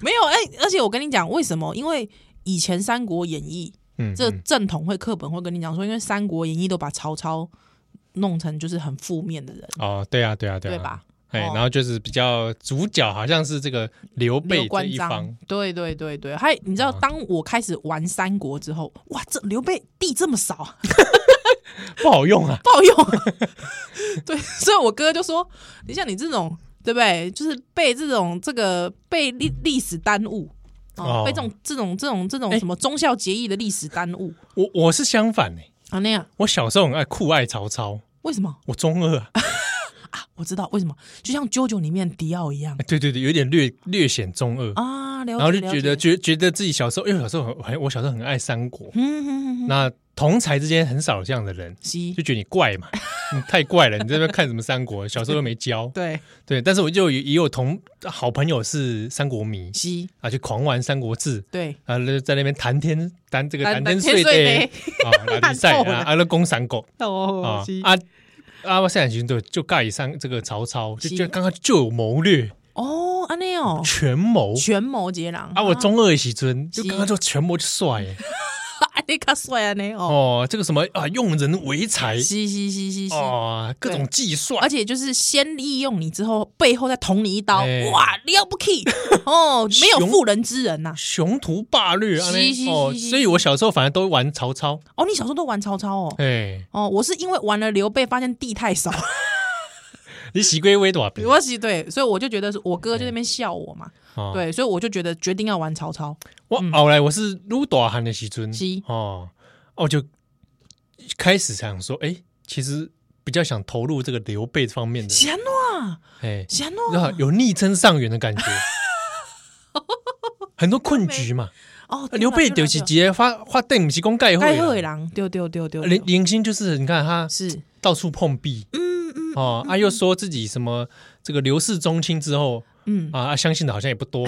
S2: 没有哎、而且我跟你讲为什么？因为以前《三国演义》
S3: 嗯，
S2: 这
S3: 嗯
S2: 正统会课本会跟你讲说，因为《三国演义》都把曹操弄成就是很负面的人，
S3: 哦，对啊，对啊，对啊，
S2: 对吧？
S3: 哎，
S2: 哦
S3: 然后就是比较主角好像是这个刘备
S2: 刘
S3: 这
S2: 关
S3: 一
S2: 张
S3: 方，，
S2: 对对对对，还你知道，当我开始玩三国之后，哇，这刘备地这么少，不
S3: 不好用啊，
S2: 好用、 对，所以我哥就说：“你像你这种，对不对？就是被这种这个被历历史耽误。”哦
S3: 哦，
S2: 被这种这种这种这种
S3: 哎
S2: 什么忠孝节义的历史耽误
S3: 我我是相反哎、
S2: 啊那样，
S3: 我小时候很爱酷爱曹操，
S2: 为什么
S3: 我中二啊，
S2: 啊？我知道为什么，就像《啾啾》里面迪奥一样
S3: 哎对对对，有点略略显中二，
S2: 啊，了
S3: 然后
S2: 解
S3: 就
S2: 了
S3: 觉得
S2: 解，
S3: 觉觉得自己小时候，哎因为小时候很很我小时候很爱三国，
S2: 嗯嗯嗯嗯，
S3: 那同才之间很少有这样的人，
S2: 西
S3: 就觉得你怪 嘛，你太怪了，你在那边看什么三国，小时候又没教，
S2: 对
S3: 对，但是我就有也有同好朋友是三国迷
S2: 西
S3: 啊，就狂玩三国志。
S2: 对，
S3: 啊，在那边谈天谈这个
S2: 谈
S3: 谈天
S2: 谈
S3: 说
S2: 天说
S3: 地啊，
S2: 地
S3: 来比赛
S2: 烂透了
S3: 啊，啊，那攻三国
S2: 哦
S3: 啊啊啊！我现在已经就就盖以上这个曹操，就是就刚刚就有谋略，
S2: 哦，安尼哦，
S3: 权谋
S2: 权谋杰郎
S3: 啊！我中二的时尊就是刚刚就权谋就帅耶
S2: 啊 安尼较帅安尼哦，
S3: 哦，这个什么啊，用人为才
S2: 是是是是是，
S3: 哦，各种计算
S2: 而，且就是先利用你之后，背后再捅你一刀，
S3: 哎
S2: 哇，了 不起哦，没有妇人之仁呐、
S3: 雄图霸略啊
S2: 是是！是
S3: 哦，
S2: 是
S3: 所以我小时候反正都玩曹操，
S2: 哦，你小时候都玩曹操哦。
S3: 哎，
S2: 哦，我是因为玩了刘备，发现地 太少，
S3: 你喜归微多啊？
S2: 我是对，所以我就觉得是我哥就在那边笑我嘛，
S3: 哦，嗯
S2: 对，所以我就觉得决定要玩曹操。
S3: 我后来我是愈大汉的时阵
S2: 是，
S3: 哦，哦就开始想说，哎、其实比较想投入这个刘备方面的，
S2: 贤诺，
S3: 哎、
S2: 贤
S3: 然
S2: 诺，
S3: 后有逆增上缘的 感觉，很多困局嘛。
S2: 哦，对啦
S3: 啊刘备就是直接发发电，不是公盖
S2: 该喝的
S3: 会，
S2: 狼，丢丢丢丢，
S3: 林林星就是你看他
S2: 是
S3: 到处碰壁，嗯嗯，哦，啊又说自己什么这个刘氏宗亲之后，
S2: 嗯，
S3: 啊啊相信的好像也不 多，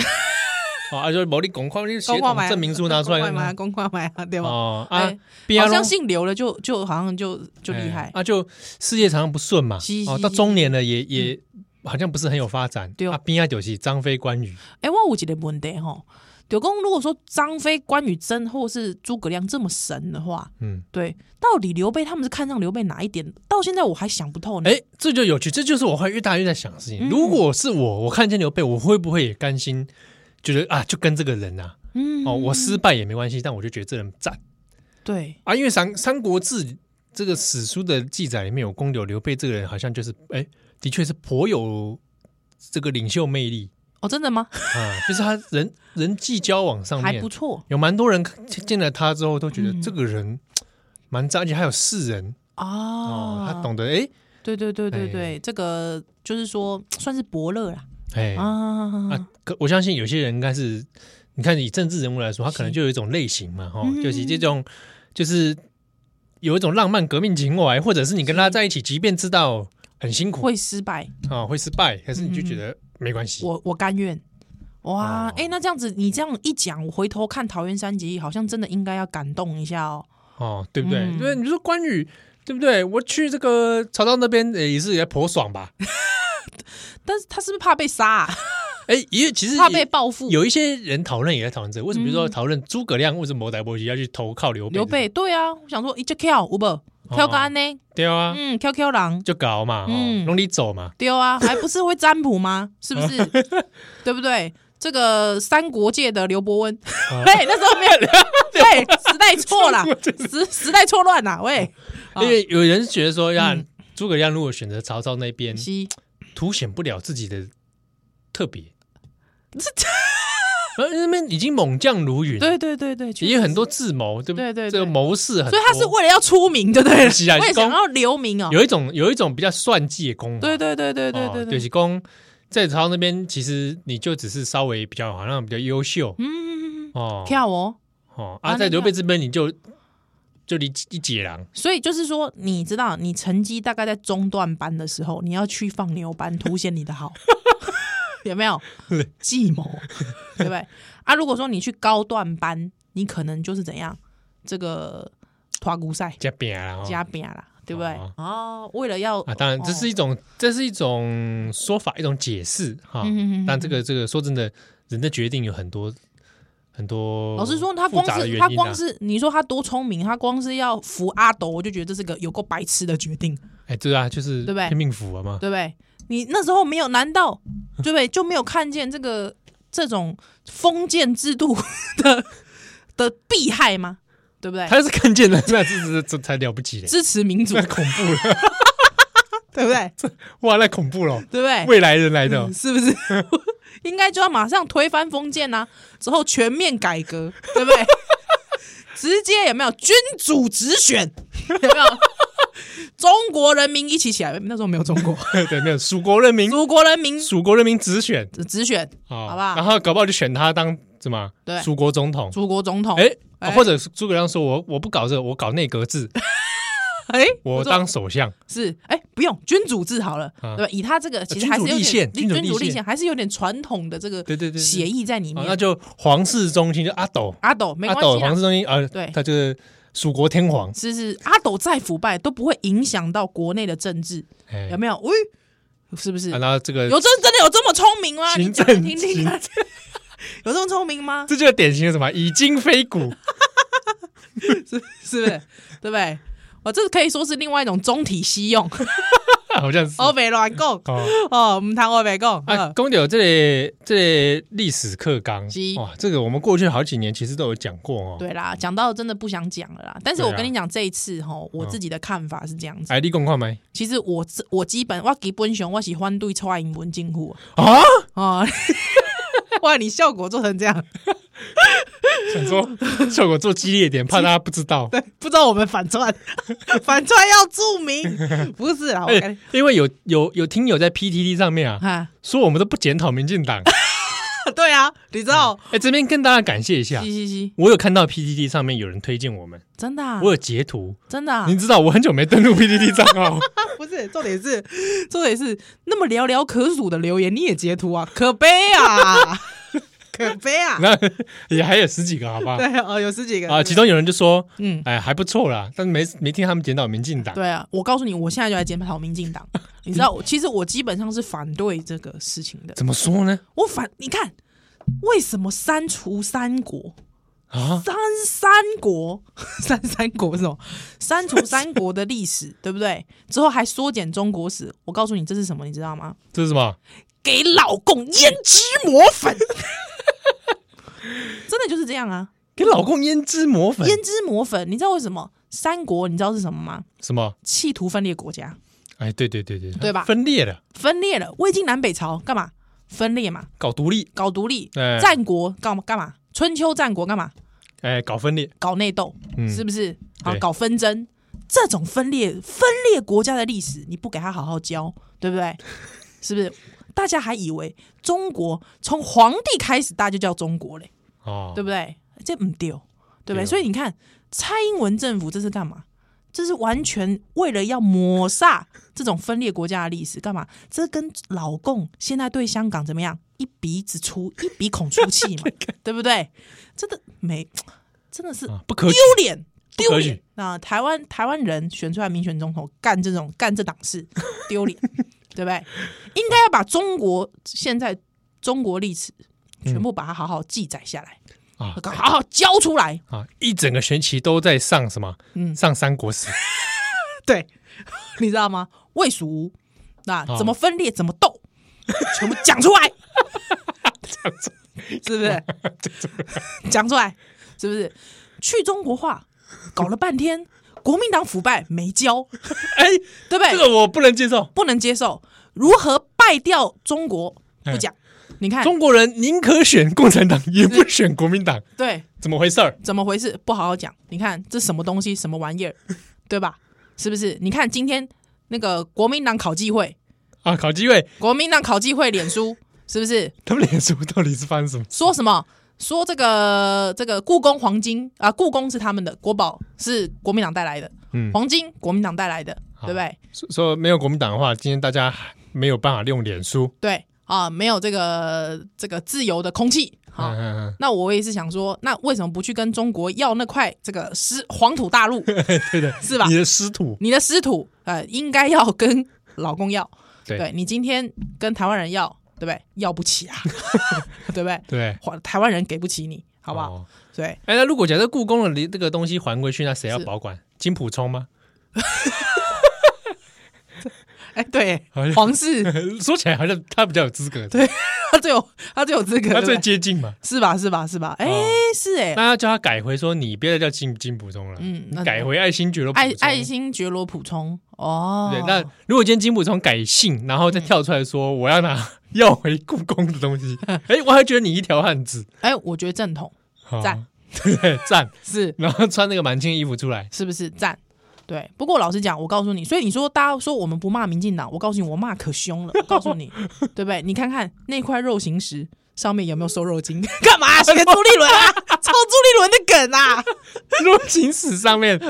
S3: 啊啊就某力拱框，你血
S2: 公款
S3: 统
S2: 买
S3: 证明书拿出来
S2: 公款
S3: 看看
S2: 买，。公款买啊，对吧？
S3: 哦啊
S2: 哎，
S3: 边
S2: 好
S3: 啊
S2: 像
S3: 拢
S2: 姓刘了就就好像就就厉
S3: 哎
S2: 害，
S3: 啊，就事业常常不顺嘛
S2: 是，
S3: 哦，
S2: 是
S3: 到
S2: 是
S3: 中年了也也好像不是很有发展，
S2: 对哦
S3: 啊，边啊就是张飞、关羽，
S2: 哎、我有一个问题吼，柳公如果说张飞、关羽、真或是诸葛亮这么神的话，
S3: 嗯，
S2: 对，到底刘备他们是看上刘备哪一点？到现在我还想不透呢。
S3: 哎，这就有趣，这就是我会越大越在想的事
S2: 嗯
S3: 情。如果是我，我看见刘备，我会不会也甘心，觉得啊，就跟这个人啊，
S2: 嗯，
S3: 哦，我失败也没关系，但我就觉得这人赞
S2: 对，
S3: 啊，因为《三三国志》这个史书的记载里面有公牛刘备这个人，好像就是哎，的确是颇有这个领袖魅力
S2: 哦，真的吗？
S3: 啊，就是他人人际交往上
S2: 还
S3: 面
S2: 不错嗯
S3: 有蛮多人见见了他之后都觉得这个人蛮渣，而且还有世人哦
S2: 哦，，
S3: 他懂得哎
S2: 对对对对
S3: 哎
S2: 对，这个就是说算是伯乐啦
S3: 哎
S2: 啊
S3: 啊，可我相信有些人应该是，你看以政治人物来说，他可能
S2: 是
S3: 就有一种类型嘛，哈，
S2: 嗯
S3: 就是这种就是有一种浪漫革命情怀，或者是你跟他在一起，即便知道很辛苦
S2: 会失败，
S3: 啊，会失败，可是你就觉得没关系，
S2: 嗯我我甘愿。哇，
S3: 哦
S2: 哎、那这样子你这样一讲，我回头看《桃园三结义》，好像真的应该要感动一下哦。
S3: 哦，对不对？
S2: 嗯
S3: 对，你说关羽。对不对？我去这个曹操那边呃也是也颇爽吧？
S2: 但是他是不是怕被杀、啊，
S3: 哎，也其实
S2: 怕
S3: 也
S2: 被报复？啊
S3: 有一些人讨论也在讨论这个，为什么？比如说
S2: 嗯
S3: 讨论诸葛亮为什么谋财波及要去投靠刘备？
S2: 刘备，对啊，我想说一只跳，有不跳个安呢？
S3: 对啊，
S2: 嗯，跳跳狼，
S3: 就搞嘛，哦
S2: 嗯
S3: 弄你走嘛，
S2: 对啊，还不是会占卜吗？是不是？对不对？这个三国界的刘伯温，对，那时候没有，对，时代错了，时时代错乱了，喂，啊
S3: 因为有人觉得说，让
S2: 嗯
S3: 诸葛亮如果选择曹操那边，
S2: 西
S3: 凸显不了自己的特别。而那边已经猛将如云，
S2: 对对对对，确
S3: 也有
S2: 实
S3: 很多智谋，对不
S2: 对对对
S3: 这个谋士很
S2: 所
S3: 多，
S2: 以他是为了要出名，就对了，
S3: 是啊
S2: 我也
S3: 是讲
S2: 想要留名哦。
S3: 有一种有一种比较算计的功法。
S2: 对对对对对
S3: 哦
S2: 对
S3: 就是功在曹操那边，其实你就只是稍微比较好像比较优秀
S2: 嗯，
S3: 哦
S2: 跳哦。
S3: 哦
S2: 啊
S3: 啊，
S2: 那
S3: 在刘
S2: 跳
S3: 备这边你就就离一截狼，
S2: 所以就是说，你知道，你成绩大概在中段班的时候，你要去放牛班，凸显你 的好，有没有？计谋，对不对？啊，如果说你去高段班，你可能就是怎样，这个团骨赛
S3: 加扁了。
S2: 加饼啦，对不对
S3: 哦？
S2: 哦，为了要哦
S3: 啊，当然，这是一种，这是一种说法，一种解释哈
S2: 嗯哼哼。
S3: 但这个这个说真的，人的决定有很多很多。
S2: 老实说，他光是、
S3: 啊
S2: 他光，是你说他多聪明，他光是要扶阿斗，我就觉得这是个有够白痴的决定，
S3: 哎，对啊，就是
S2: 对不对
S3: 拼命符 了嘛。
S2: 对不对？你那时候没有，难道对不对？就没有看见这个这种封建制度的 的弊害吗？对不对？
S3: 他要是看见了，那这这这才了不起嘞，
S2: 支持 民主
S3: 那，恐怖了，
S2: 对不对？
S3: 哇，那恐怖了，
S2: 对不对？
S3: 未来人来的
S2: 嗯，是不是？ 应该就要马上推翻封建啊，之后全面改革，对 不对？直接有没有君主直选？有没有？中国人民一起起来？那时候没有中 国，
S3: 对，没有蜀国人民，
S2: 祖国人民
S3: 蜀国人民直选，
S2: 直选，
S3: 啊
S2: 好不好
S3: 然后搞不好就选他当什么？
S2: 对
S3: 蜀国总统。
S2: 祖国总统。
S3: 哎，
S2: 哎
S3: 或者是诸葛亮说，我我不搞这个，我搞内阁制，
S2: 哎，
S3: 我
S2: 不错
S3: 当首相。
S2: 是哎，不用君主制好了，
S3: 啊
S2: 对吧？以他这个其实
S3: 君
S2: 还
S3: 主
S2: 是有
S3: 立宪君
S2: 点
S3: 主立
S2: 主立
S3: 宪
S2: 宪，还是有点传统的这个
S3: 对对对对
S2: 协议在里
S3: 啊那
S2: 面。
S3: 就皇室中心就阿斗，
S2: 阿斗没
S3: 阿
S2: 关
S3: 斗
S2: 系
S3: 皇
S2: 啦
S3: 室，中心啊，
S2: 对
S3: 他就是蜀国天皇，
S2: 是是，阿斗再腐败都不会影响到国内的政治。
S3: 哎
S2: 有，没有？喂、是不是？
S3: 啊然后这个
S2: 有真真的有这么聪明吗？你
S3: 行
S2: 讲
S3: 政
S2: 来听听
S3: 行
S2: 看， 有这么聪明 吗？
S3: 这就是典型的什么以今非古，
S2: 是不是？对不对？我这可以说是另外一种中体 西用，
S3: 好像是
S2: 欧北乱共
S3: 哦。
S2: 哦，唔谈欧北共。
S3: 啊，
S2: 嗯
S3: 公牛这里这里历史课纲
S2: 是
S3: 哇，这个我们过去好几年其实都有讲过哦。
S2: 对啦，讲到真的不想讲了啦。但是
S3: 对啊嗯
S2: 我跟你讲，这一次哈，我自己的看法是这样子。
S3: 哎，立功看没
S2: 其实我自我基本我基本上我喜欢对蔡英文进户
S3: 啊？
S2: 哦。 哇，你效果做成这样，
S3: 想说效果做激烈一点，怕大家不知道。哎
S2: 对，不知道我们反串， 反串要注 明，不是啦，我跟
S3: 哎
S2: 你，
S3: 因为有有有听友在 PTT 上面啊，
S2: 哈，
S3: 说我们都不检讨民进 党。
S2: 对啊，你知道，
S3: 哎，这边跟大家感谢一下
S2: 嘻，嘻嘻，
S3: 我有看到 PTT 上面有人推荐我们，
S2: 真的、啊，
S3: 我有截图，
S2: 真的、啊，
S3: 您知道我很久没登录 PTT 账 号，
S2: 不是重点是，重点是那么寥寥可数的留言你也截图啊，可悲啊，可悲啊，
S3: 那也还有十几个，好吧？
S2: 对哦，有十几个
S3: 啊，其中有人就说，
S2: 嗯，
S3: 哎，还不错啦，但没没听他们检讨民进党。
S2: 对啊，我告诉你，我现在就来检讨 民进党，你知道，我其实我基本上是反对这个事情的，
S3: 怎么说呢？
S2: 我反，你看为什么删除三国？
S3: 啊，
S2: 三三国， 三三国是什么？删除三国的历史， 对不对？之后还缩减中国史。我告诉你，这是什么？你知道吗？
S3: 这是什么？
S2: 给老公胭脂抹粉， 真的就是这样啊！
S3: 给老公胭脂抹粉？
S2: 胭脂抹粉，你知道为什么？三国你知道是什么吗？
S3: 什么？
S2: 企图分裂国家，
S3: 哎，对对对对，
S2: 对吧
S3: 分裂了，
S2: 分裂了。魏晋南北朝干嘛？分裂嘛，
S3: 搞独立，
S2: 搞独立。
S3: 哎
S2: 战国干嘛干嘛？春秋战国干嘛？
S3: 哎，搞分裂，
S2: 搞内斗，
S3: 嗯
S2: 是不是？好，
S3: 对
S2: 搞纷争，这种分裂分裂国家的历史，你不给他好好教，对不 对？是不是？大家还以为中国从皇帝开始，大家就叫中国嘞，
S3: 哦，
S2: 对不对？这唔丢，对不
S3: 对
S2: 对？
S3: 哦
S2: 所以你看，蔡英文政府这是干嘛？这是完全为了要抹煞这种分裂国家的历史，干嘛？这跟老共现在对香港怎么样一鼻子出一鼻孔出气 嘛，对不对？真的没，真的是
S3: 啊不可取
S2: 丢脸，
S3: 不可
S2: 丢
S3: 取
S2: 脸！啊！台湾台湾人选出来民选总统干这种干这档 事，丢脸，对不对？应该要把中国现在中国历史全部把它好好记载下来，
S3: 啊
S2: 好好教出来。
S3: 啊，一整个学期都在上什么？
S2: 嗯
S3: 上三国 史，
S2: 对，
S3: 啊
S2: 你知道吗？魏蜀吴，那
S3: 好
S2: 怎么分裂，怎么斗，全部讲出来，是不是？讲出来，是不是？去中国化，搞了半天，国民党腐败没教，
S3: 哎，
S2: 对不对？
S3: 这个我不能接受。
S2: 不能接受，如何败掉中国不讲，你看
S3: 哎中国人宁可选共产党，也不选国民党，
S2: 对
S3: 怎么回事儿？
S2: 怎么回事？不好好讲，你看这什么东西，什么玩 意儿，对吧？是不是？你看今天那个国民党考纪会，
S3: 啊，考机会，
S2: 国民党考纪会脸书是不是
S3: 他们脸书到底是发生什么？
S2: 说什么？说这个这个故宫黄金啊、故宫是他们的，国宝是国民党带来的，
S3: 嗯
S2: 黄金国民党带来的，
S3: 好
S2: 对不对？
S3: 说说没有国民党的话，今天大家没有办法用脸书。
S2: 对啊，没有这个这个自由的空气啊。
S3: 嗯嗯嗯，
S2: 那我也是想说，那为什么不去跟中国要那块这个师黄土大陆？
S3: 对的，
S2: 是吧
S3: 你的师徒，
S2: 你的师土，呃，应该要跟老公要，
S3: 对
S2: 对你今天跟台湾人要，对不对？要不起啊， 对不对？
S3: 对，
S2: 还台湾人给不起你，好不好？
S3: 哦
S2: 对，
S3: 哎，那如果假设故宫的这个东西还回去，那谁要
S2: 是
S3: 保管？金溥聪吗？
S2: 哎，对
S3: 好像，
S2: 皇室
S3: 说起来好像他比较有资格，
S2: 对他最有他最有资格，
S3: 他
S2: 对
S3: 最
S2: 不对
S3: 接近嘛。
S2: 是吧？是吧？是吧？哎
S3: 哦，
S2: 是哎，
S3: 那要叫他改回说，你不要再叫金金溥聪了，
S2: 嗯那
S3: 改回爱新觉罗溥
S2: 爱
S3: 聪
S2: 爱新觉罗普充哦，嗯
S3: 对，那如果今天金溥聪改姓，然后再跳出来说我要拿 要回故宫的东 西，哎，我还觉得你一条汉子，
S2: 哎，我觉得正统
S3: 好
S2: 赞，
S3: 对赞，
S2: 是
S3: 然后穿那个满清衣服出来，
S2: 是不是赞？对，不过老实讲，我告诉你，所以你说大家说我们不骂民进党，我告诉你，我骂可凶了。我告诉你，对不对？你看看那块肉形石上面有没有瘦肉精？干嘛、学朱立伦啊？ 抄朱立伦的梗啊？
S3: 若秦史上 面，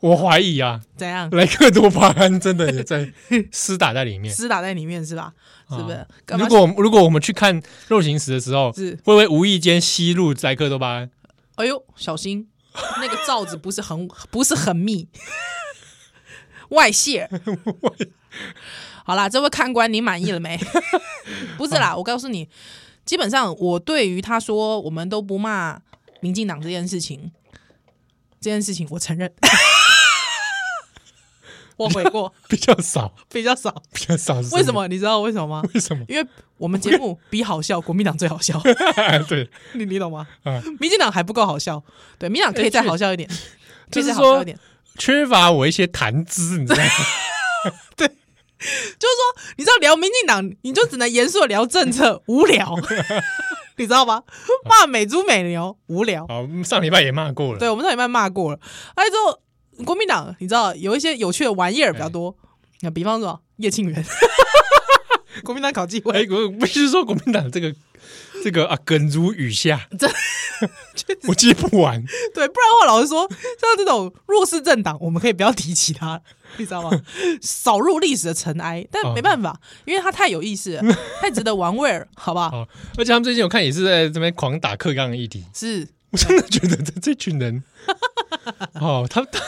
S3: 我怀疑啊，
S2: 怎样？
S3: 莱克多巴胺真的也在厮打在里面。
S2: 厮打在里面是吧？是不是
S3: 啊？
S2: 干嘛
S3: 如果如果我们去看肉形石的时候，
S2: 是
S3: 会不会无意间吸入莱克多巴胺？
S2: 哎呦，小心那个罩子不是很 不是很密，外泄。好啦，这位看官，你满意了没？ 不是 啦，我告诉你，基本上我对于他说我们都不骂民进党这件事情，这件事情我承认， 我悔过
S3: 比较少，
S2: 比较少。
S3: 比较少。
S2: 为什？么？你知道为什么吗？
S3: 为什么？
S2: 因为我们节目比好笑，国民党最好笑，
S3: 对，
S2: 你你懂吗？
S3: 啊，
S2: 民进党还不够好笑，对，民进党可以再好笑一点，
S3: 就
S2: 可以
S3: 是
S2: 再好笑
S3: 说
S2: 一点。
S3: 缺乏我一些谈资，你知道吗？
S2: 就是说，你知道聊民进党，你就只能严肃的聊政策，无聊，你知道吗？骂美猪美牛，无聊。
S3: 好，上礼拜也骂过了。
S2: 对，我们上礼拜骂过了。哎，之后国民党，你知道有一些有趣的玩意儿
S3: 哎
S2: 比较多，那比方说叶庆元，国民党考纪
S3: 哎
S2: 委，，
S3: 我不是说国民党这个 这个啊，梗如雨下，
S2: 确实
S3: 我接不完。
S2: 对，不然的话，老实说，像这种弱势政党，我们可以不要提起它，你知道吗？扫入历史的尘埃，
S3: 哦
S2: 但没办法，因为它太有意思了，太值得玩味儿，好不好？
S3: 好，而且他们最近我看也是在这边狂打克刚的议 题，
S2: 是
S3: 我真的觉得这这群 人，哦，他他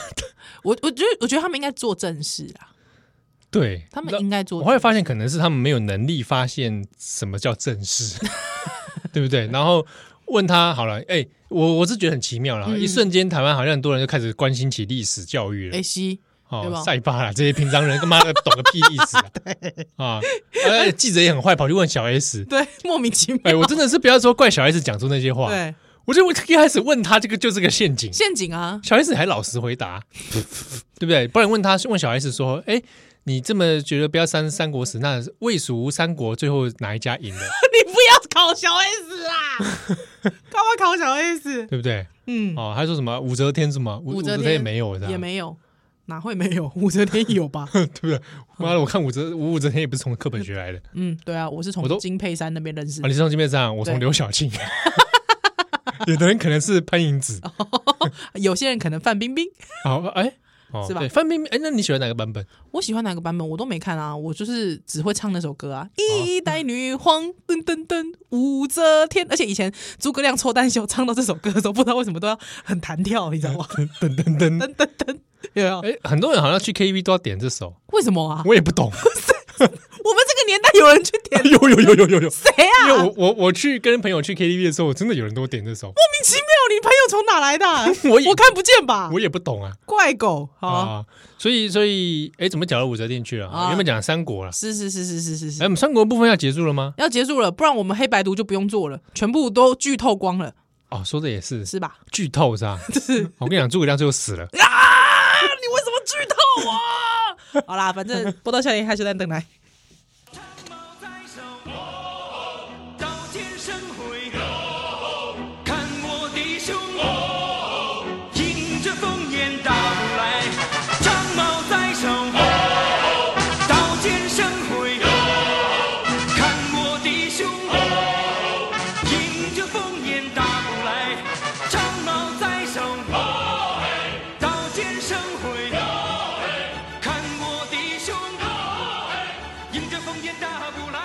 S2: 我，我觉得，我觉得他们应该做正事啊，
S3: 对
S2: 他们应该做
S3: 我后来发现可能是他们没有能力发现什么叫正 事，对不对？然后问他好了，哎、我我是觉得很奇妙
S2: 嗯
S3: 啦，一瞬间台湾好像很多人就开始关心起历史教育了。
S2: 哎西，对
S3: 哦
S2: 吧，
S3: 塞巴啦，这些平常人他妈的懂个屁历史 啊！啊，而且记者也很坏，跑去问小 S。
S2: 对，莫名其妙，
S3: 哎，我真的是不要说怪小 S 讲出那些话，
S2: 对
S3: 我就我一开始问他这个就是个陷阱，
S2: 陷阱啊，
S3: 小 S 还老实回答，对不对？不然问他问小 S 说，哎，你这么觉得不要三三国史，那魏蜀吴三国最后哪一家赢 了，
S2: 你不要考小 S 啊啦， 干嘛考小 S？
S3: 对不对？
S2: 嗯，
S3: 哦，还说什么武则天什么武
S2: 武则
S3: 天
S2: 天
S3: 也没有的，
S2: 也没有，哪会没有？武则天有吧？
S3: 对不对？妈的，我看武则武武则天也不是从课本学来的，啊，
S2: 嗯，对啊，我是从
S3: 我都啊
S2: 金佩珊那边认识
S3: 哦
S2: 的。
S3: 你是从金面上，我从
S2: 对
S3: 刘晓庆， 有的人可能是潘迎紫，
S2: 有些人可能范冰冰，
S3: 好哎，哦
S2: 是吧
S3: 对，范冰冰，哎，那你喜欢哪个版本？
S2: 我喜欢哪个版本我都没看啊，我就是只会唱那首歌啊，一代女皇噔噔噔武则天，而且以前诸葛亮抽单秀唱到这首歌的时候，不知道为什么都要很弹跳，你知道 吗？
S3: 噔噔噔，
S2: 噔噔噔，有没有？
S3: 哎，很多人好像去 KTV 都要点这首，
S2: 为什么啊？
S3: 我也不懂，
S2: 我们这个年代有人去点
S3: 有有有有有有，
S2: 谁啊？
S3: 因
S2: 莫
S3: 为
S2: 名
S3: 我我我去跟朋友去 KTV 的时候，我真的有人都点这首，
S2: 其妙，你朋友从哪来的啊、
S3: 我也
S2: 我看不见吧
S3: 我？也不懂啊
S2: 怪狗，好啊，
S3: 啊，所以所以哎，怎么讲到武则天去了啊？
S2: 啊
S3: 原本讲三国了，
S2: 是是是是是是是
S3: 哎，我。们三国部分要结束了吗？
S2: 要结束了，不然我们黑白读就不用做了，全部都剧透光了，
S3: 哦，说的也是，
S2: 是 吧？
S3: 剧透是吧？
S2: 是
S3: 我跟你讲，诸葛亮最后死 了。
S2: 啊，你为什么剧透 啊？好啦，反正播到笑脸害羞蛋等来。
S1: 长矛在手，刀尖生辉，看我的胸，迎着烽烟到来。长矛在手，刀尖生辉，看我的胸，迎着烽烟到来。长矛在手，刀尖生辉，看我的胸。迎着烽烟大不来。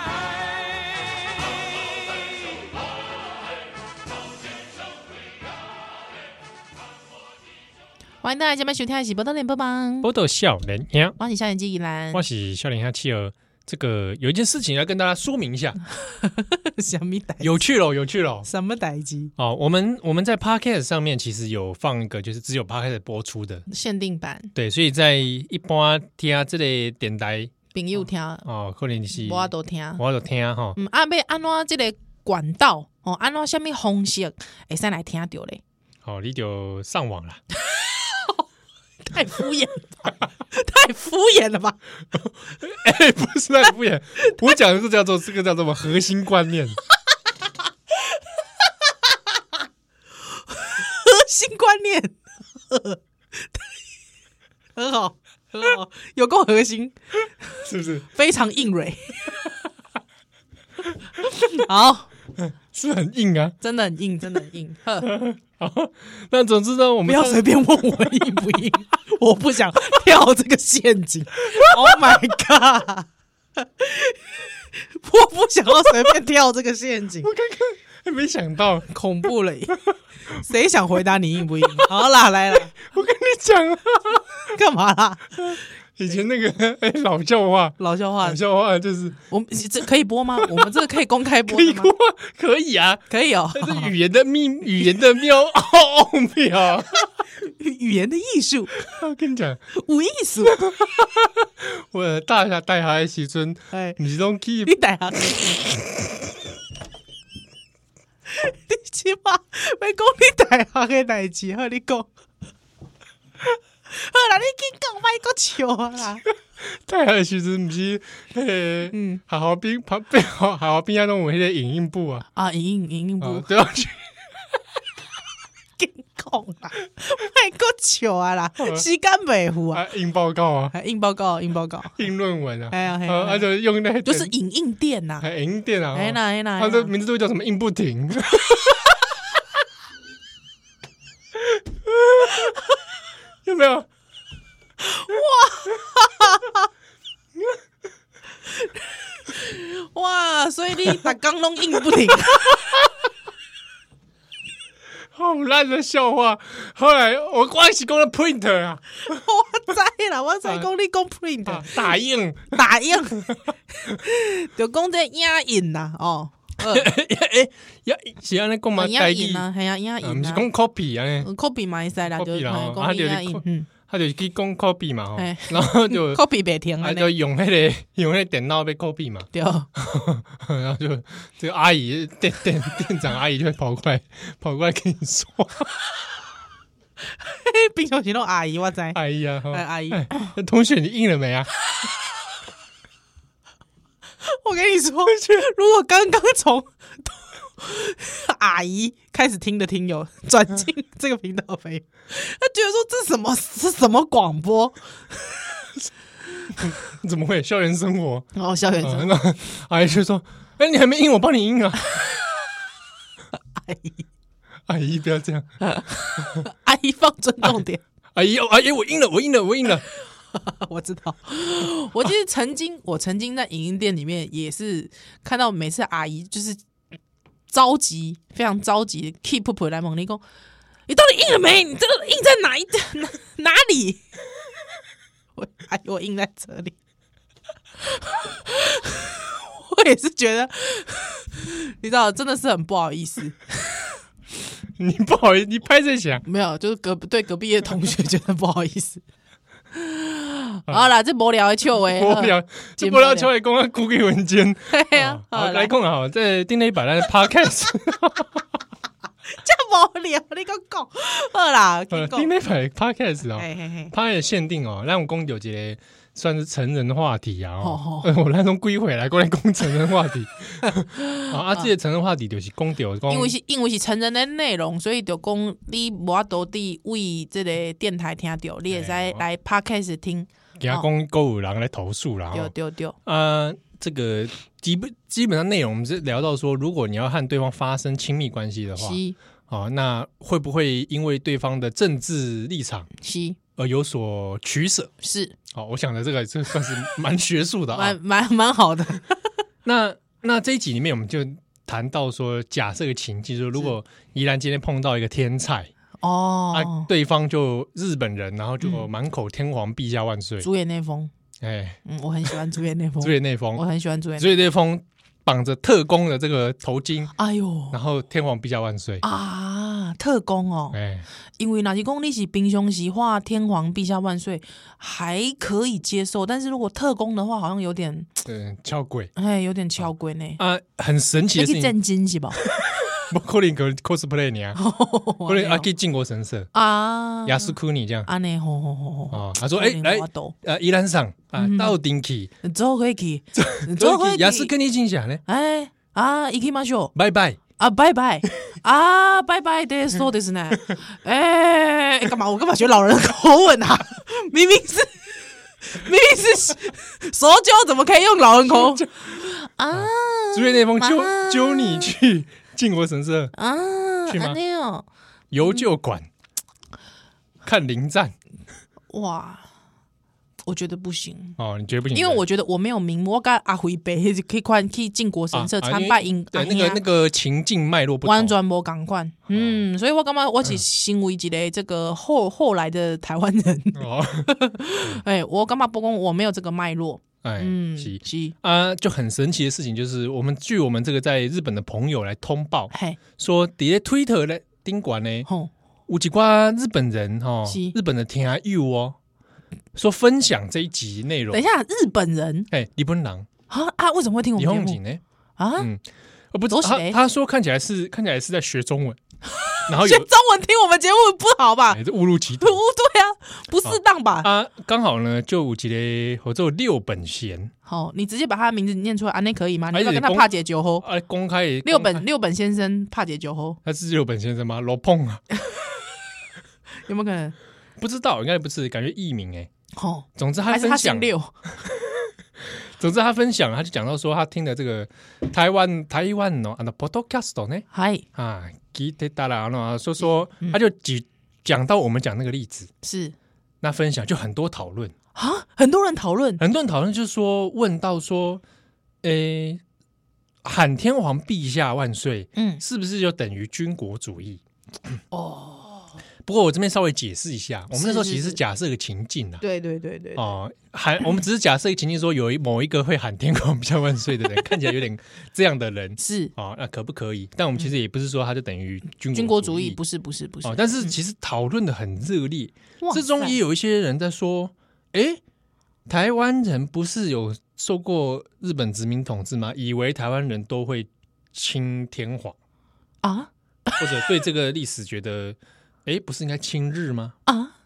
S2: 欢迎大家今晚收听的是《波多连播帮》，
S3: 波豆笑脸呀，
S2: 我是笑脸机宜兰
S3: 欢喜笑脸呀企鹅。这个有一件事情要跟大家说明一 下，
S2: 什么代？
S3: 有趣喽，有趣喽。
S2: 什么代机？
S3: 哦，我们我们在 podcast 上面其实有放一个，就是只有 podcast 播出的，
S2: 限定版，
S3: 对，所以在一般听这类电台
S2: 朋友听，
S3: 哦，可能是
S2: 我都听。
S3: 我都听哈，
S2: 嗯，啊，要安怎这个管道哦，安怎什么方式会使来听到嘞？
S3: 哦，你就上网了，
S2: 太敷衍了吧，太敷衍了吧？
S3: 哎， 不是那个不演，我讲的是叫做这个叫做什么核心观 念，
S2: 核心观念， 很好，很好，有够核心，
S3: 是不是？
S2: 非常硬蕊。 好，
S3: 是很硬啊。
S2: 真的很硬，真的很硬。 呵，
S3: 那总之呢，我
S2: 不
S3: 们
S2: 要
S3: 上
S2: 随便问我硬不硬，我不想跳这个陷阱。Oh my god！我不想要随便跳这个陷阱，
S3: 没想到，我
S2: 恐怖了耶！谁想回答你硬不硬？好啦，来啦，
S3: 跟你讲啊，
S2: 干嘛啦？
S3: 以前那个哎老笑话，
S2: 老笑话
S3: 老，笑话就是
S2: 我们这可以播 吗？我们这个可以公开播
S3: 可以
S2: 的吗
S3: 吗？？可以啊，
S2: 可以哦，
S3: 但是语言的秘，语言的妙奥妙 啊。
S2: 语言的艺术，
S3: 我跟你讲，
S2: 无艺术。
S3: 我大下带下的时阵，
S2: 哎，
S3: 不是拢去
S2: 你等下，你起码要讲你大学的代志，好你讲。好啦，你紧讲，莫搁笑啊啦！
S3: 带下的时阵，不是嘿，嗯，好好边旁边好 好边啊，弄我迄个影印部啊，
S2: 啊，莹莹莹莹
S3: 啊
S2: 不
S3: 都要去。
S2: 紧讲啦，莫搁笑啊啦！时间袂赴啊，
S3: 啊，印报告啊，
S2: 还印报告，印报告，
S3: 印论文啊，
S2: 哎呀哎呀
S3: 啊
S2: 哎呀
S3: 啊，就用那
S2: 就是影印店呐。
S3: 还印电脑，
S2: 哎啦哎啦，
S3: 他
S2: 哎
S3: 这
S2: 啦
S3: 名字都叫什么印不 停， 有没有？哇！
S2: 哇，所以你逐工拢印不 停。
S3: 好烂的笑话。后来我光是讲了 print 啊，
S2: 我知啦，我知讲你讲 print
S3: 啊打印
S2: 打印， 就讲这影印啦， 哦，
S3: 呀，哎是安尼讲嘛？
S2: 影
S3: 代
S2: 印
S3: 记
S2: 啦，
S3: 啊，
S2: 系啊，影
S3: 不
S2: 印
S3: 是
S2: 啦
S3: 讲 copy 啊呢，
S2: 嗯，copy 嘛会使啦，就
S3: copy 啦哦啊
S2: 讲
S3: 就是
S2: 影印
S3: co-
S2: 嗯
S3: 他就去讲 copy 嘛吼
S2: 哎，
S3: 然后 就
S2: ，copy 袂停啊
S3: 啊，就
S2: 呢，
S3: 用那个 用那个电脑被 copy 嘛，
S2: 对，
S3: 然后就这个阿姨店店店长阿姨就会跑过来 跑过来跟你说，
S2: 冰常时拢阿姨我知，
S3: 阿姨啊，吼
S2: 哎阿姨
S3: 哎，同学你印了没啊？
S2: 你说，如果刚刚从 阿姨开始听的听友转进这个频道的朋友，他觉得说这什么是什么广播？
S3: 怎么会校园生活？
S2: 然后校园生
S3: 啊 那阿姨就说：“哎，你还没印，我帮你印啊。”
S2: 阿姨，
S3: 阿姨不要这样，
S2: 阿姨啊放尊重点。
S3: 阿姨哦，阿姨我印了，我印了，我印了。
S2: 我知道，我其实曾经，我曾经在影音店里面也是看到，每次阿姨就是着急，非常着急，keep up 来猛力工，你到底印了没？你这个印在哪一 哪哪里？ 我哎，我印在这里。我也是觉得， 你知道，真的是很不好意思。
S3: 你不好意思，你拍这响，
S2: 没有，就是隔对隔壁的同学觉得不好意思。 好啦，这无聊的笑话，
S3: 我聊
S2: 真
S3: 不
S2: 无聊
S3: 聊出来公安酷给文件。
S2: 对呀，
S3: 哦好
S2: 好
S3: 来
S2: 来，
S3: 控好，这定了一百单 podcast，
S2: 这无聊，你讲讲，好啦，
S3: 呃
S2: 你
S3: 定
S2: 讲，
S3: 了一百 podcast 哦，
S2: 嘿嘿嘿，
S3: 它也限定哦，让我公有节算是成人的话题啊。哦
S2: 哦，
S3: 呃 我那种归回来过来公成人话题啊，啊，这些成人话题就是公掉公
S2: 因为是因为是成人的内容，所以就讲你无法度伫为这个电台听到，你也使
S3: 嘿哦
S2: 来 podcast 听，
S3: 给他公购物人来投诉啦。
S2: 对
S3: 哦
S2: 对对，
S3: 啊，这个基本基本上内容我们是聊到说，如果你要和对方发生亲密关系的话，
S2: 是
S3: 哦，那会不会因为对方的政治立场
S2: 是
S3: 而有所取舍？
S2: 是，
S3: 哦，我想的这个这算是蛮学术的啊
S2: 蛮。蛮蛮好的，
S3: 那那这一集里面我们就谈到说，假设个情境，就是如果宜兰今天碰到一个天才、啊
S2: 哦，，嗯
S3: 对方就日本人，然后就满口天皇陛下万岁，
S2: 主演那封，
S3: 哎、
S2: 嗯，我很喜欢主演那封
S3: 竹，野内
S2: 我
S3: 丰，
S2: 很喜欢主演
S3: 竹，野内丰绑着特工的这个头巾，
S2: 哎呦
S3: 然后天皇陛下万岁，
S2: 啊，特工哦，
S3: 哎、
S2: 因为哪是公你是平胸席话天皇陛下万岁还可以接受，但是如果特工的话，好像有点
S3: 嗯，敲鬼
S2: 哎，有点敲规呢。
S3: 啊，很神奇
S2: 你
S3: 的事
S2: 哎
S3: 情，
S2: 去震惊是吧？
S3: 不可能个 cosplay 你啊，可能啊，
S2: 这
S3: 去靖国神社，
S2: 样
S3: 雅斯库你这样
S2: 啊，安尼吼吼吼吼，
S3: 哦，他说：“哎、
S2: 可能
S3: 来
S2: 我懂，
S3: 呃，宜兰上啊，到顶去，
S2: 做可以去，嗯做
S3: 到
S2: 可
S3: 顶
S2: 以
S3: 去，也是
S2: 去，
S3: 跟你讲啥呢？
S2: 哎啊，行きましょう。
S3: 拜拜，
S2: 啊，拜拜啊，拜拜的，说的是呢，哎、干嘛？我干嘛学老人的口吻 啊？明明是，明明是手脚，怎么可以用老人口吻啊
S3: 竹月内丰
S2: 妈
S3: 揪揪你去靖国神社
S2: 啊？
S3: 去吗
S2: 安尼哦，
S3: 游旧馆看灵战
S2: 哇，我觉得不行。
S3: 哦，你觉得不行？
S2: 因为我觉得我没有名目，我跟阿辉北可以看去靖国神社
S3: 啊啊
S2: 参
S3: 因为
S2: 拜因
S3: 对那个那个情境脉络不
S2: 完
S3: 同，哦
S2: 全无共款，嗯，所以我感觉我是身为一个这个
S3: 嗯
S2: 后后来的台湾人，
S3: 哦，
S2: 哎、我干嘛不公？我没有这个脉络，
S3: 哎，
S2: 嗯，
S3: 是
S2: 是，
S3: 啊，就很神奇的事情，就是我们据我们这个在日本的朋友来通报
S2: 嘿，
S3: 说，底下 Twitter 呢，宾馆呢，
S2: 吼，
S3: 有几瓜日本人哈
S2: 是，
S3: 日本的听友哦，说分享这一集内容
S2: 等一，下，日本人
S3: 哎，日本人。
S2: 啊啊，为什么会听我
S3: 李
S2: 们
S3: 红
S2: 节
S3: 景
S2: 目
S3: 呢？
S2: 啊？
S3: 嗯我不知
S2: 都是
S3: 他
S2: 谁
S3: 他说看起来是看起来是在学中 文，然后
S2: 学
S3: 哦有
S2: 中文听我们节目不好吧？
S3: 哎这误入歧 途
S2: 不对啊，不适当吧？
S3: 啊！刚好呢，就有一个合作六本贤
S2: 好，你直接把他的名字念出来，安内可以吗？你
S3: 哎
S2: 要不要
S3: 你
S2: 跟他
S3: 公
S2: 帕解酒后？
S3: 啊，公开
S2: 哦六
S3: 公
S2: 本
S3: 开
S2: 六本先生帕解酒后，
S3: 他是六本先生吗？罗碰啊，
S2: 有没有可能？
S3: 不知道，应该不是，感觉艺名哎。
S2: 吼，
S3: 总之他
S2: 还是他
S3: 分
S2: 姓
S3: 享，
S2: 六？
S3: 总之他分享，他就讲到说他听的这个台湾台湾哦，啊那 podcast 呢
S2: 嗨，
S3: 啊，吉特达啦，那说说
S2: 嗯
S3: 他就举讲到我们讲那个例子，
S2: 是
S3: 那分享就很多讨论。
S2: 啊，很多人讨论
S3: 很多人讨论就是说，问到说，诶、喊天皇陛下万岁，
S2: 嗯
S3: 是不是就等于军国主义？哦，不过我这边稍微解释一下，我们那时候
S2: 是
S3: 其实
S2: 是
S3: 是假设个情境啊，
S2: 对对对对对
S3: 哦，喊我们只是假设一个情境，说有一某一个会喊天皇陛下万岁的人，看起来有点这样的 人，
S2: 是
S3: 哦，那可不可以？但我们其实也不是说他就等于军
S2: 军国
S3: 国
S2: 主义，
S3: 义，
S2: 不是不是不是
S3: 哦，。但是其实讨论的很热烈，哦
S2: 嗯哇
S3: 之中
S2: 塞
S3: 也有一些人在说，诶，台湾人不是有受过日本殖民统治吗？以为台湾人都会亲天皇，
S2: 啊
S3: 或者对这个历史觉得，诶，不是应该亲日吗？
S2: 啊，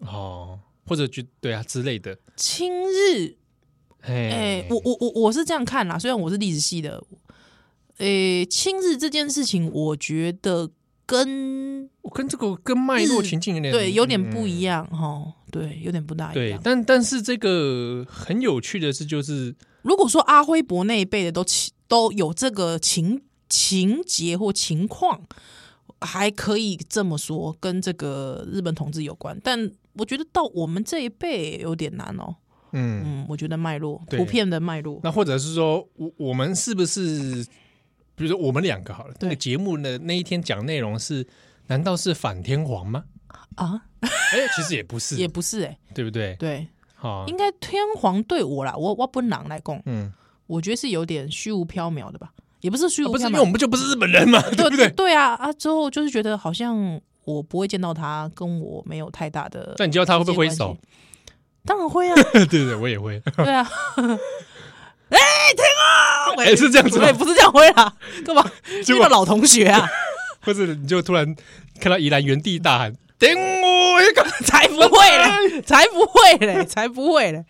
S3: 哦，或者觉对啊之类的，
S2: 亲日哎
S3: 哎，
S2: 我我我我是这样看啦，虽然我是历史系的，诶、亲日这件事情，我觉得跟
S3: 我跟这个跟脉络情境有点
S2: 嗯对有点
S3: 嗯
S2: 不一样哈、吼对，有点不大一
S3: 对
S2: 样，。
S3: 但但是这个很有趣的是，就是
S2: 如果说阿辉伯那一辈的都起都有这个情情节或情况，还可以这么说，跟这个日本统治有关，但我觉得到我们这一辈有点难哦。
S3: 嗯，
S2: 嗯，我觉得脉络
S3: 对
S2: 普遍的脉络，
S3: 那或者是说，我我们是不是，比如说我们两个好了，这个
S2: 对
S3: 节目呢那一天讲内容是，难道是反天皇 吗？
S2: 啊，
S3: 哎，其实也不是，啊
S2: 也不是哎、
S3: 对不对？
S2: 对，
S3: 好
S2: 应，该天皇对我啦，我我本人来讲，
S3: 嗯，
S2: 我觉得是有点虚无缥缈的吧，也不是虚
S3: 啊
S2: 无
S3: 不是，
S2: 缥
S3: 因为我
S2: 缈，
S3: 们就不是日本人嘛，对不对？
S2: 对啊啊！之后就是觉得好像我不会见到他，跟我没有太大的，
S3: 但你知道他会不会挥 手？？
S2: 当然 会啊，
S3: 对对对，我也会，
S2: 对啊。
S3: 哎，
S2: 哎，天啊！
S3: 是这样子
S2: 我也
S3: 吗？
S2: 不是这样挥啦，干嘛
S3: 结
S2: 遇
S3: 果
S2: 到老同学 啊？
S3: 或者你就突然看到宜兰原地大喊：“等我一个
S2: 才不会嘞，才不会嘞，才不会嘞，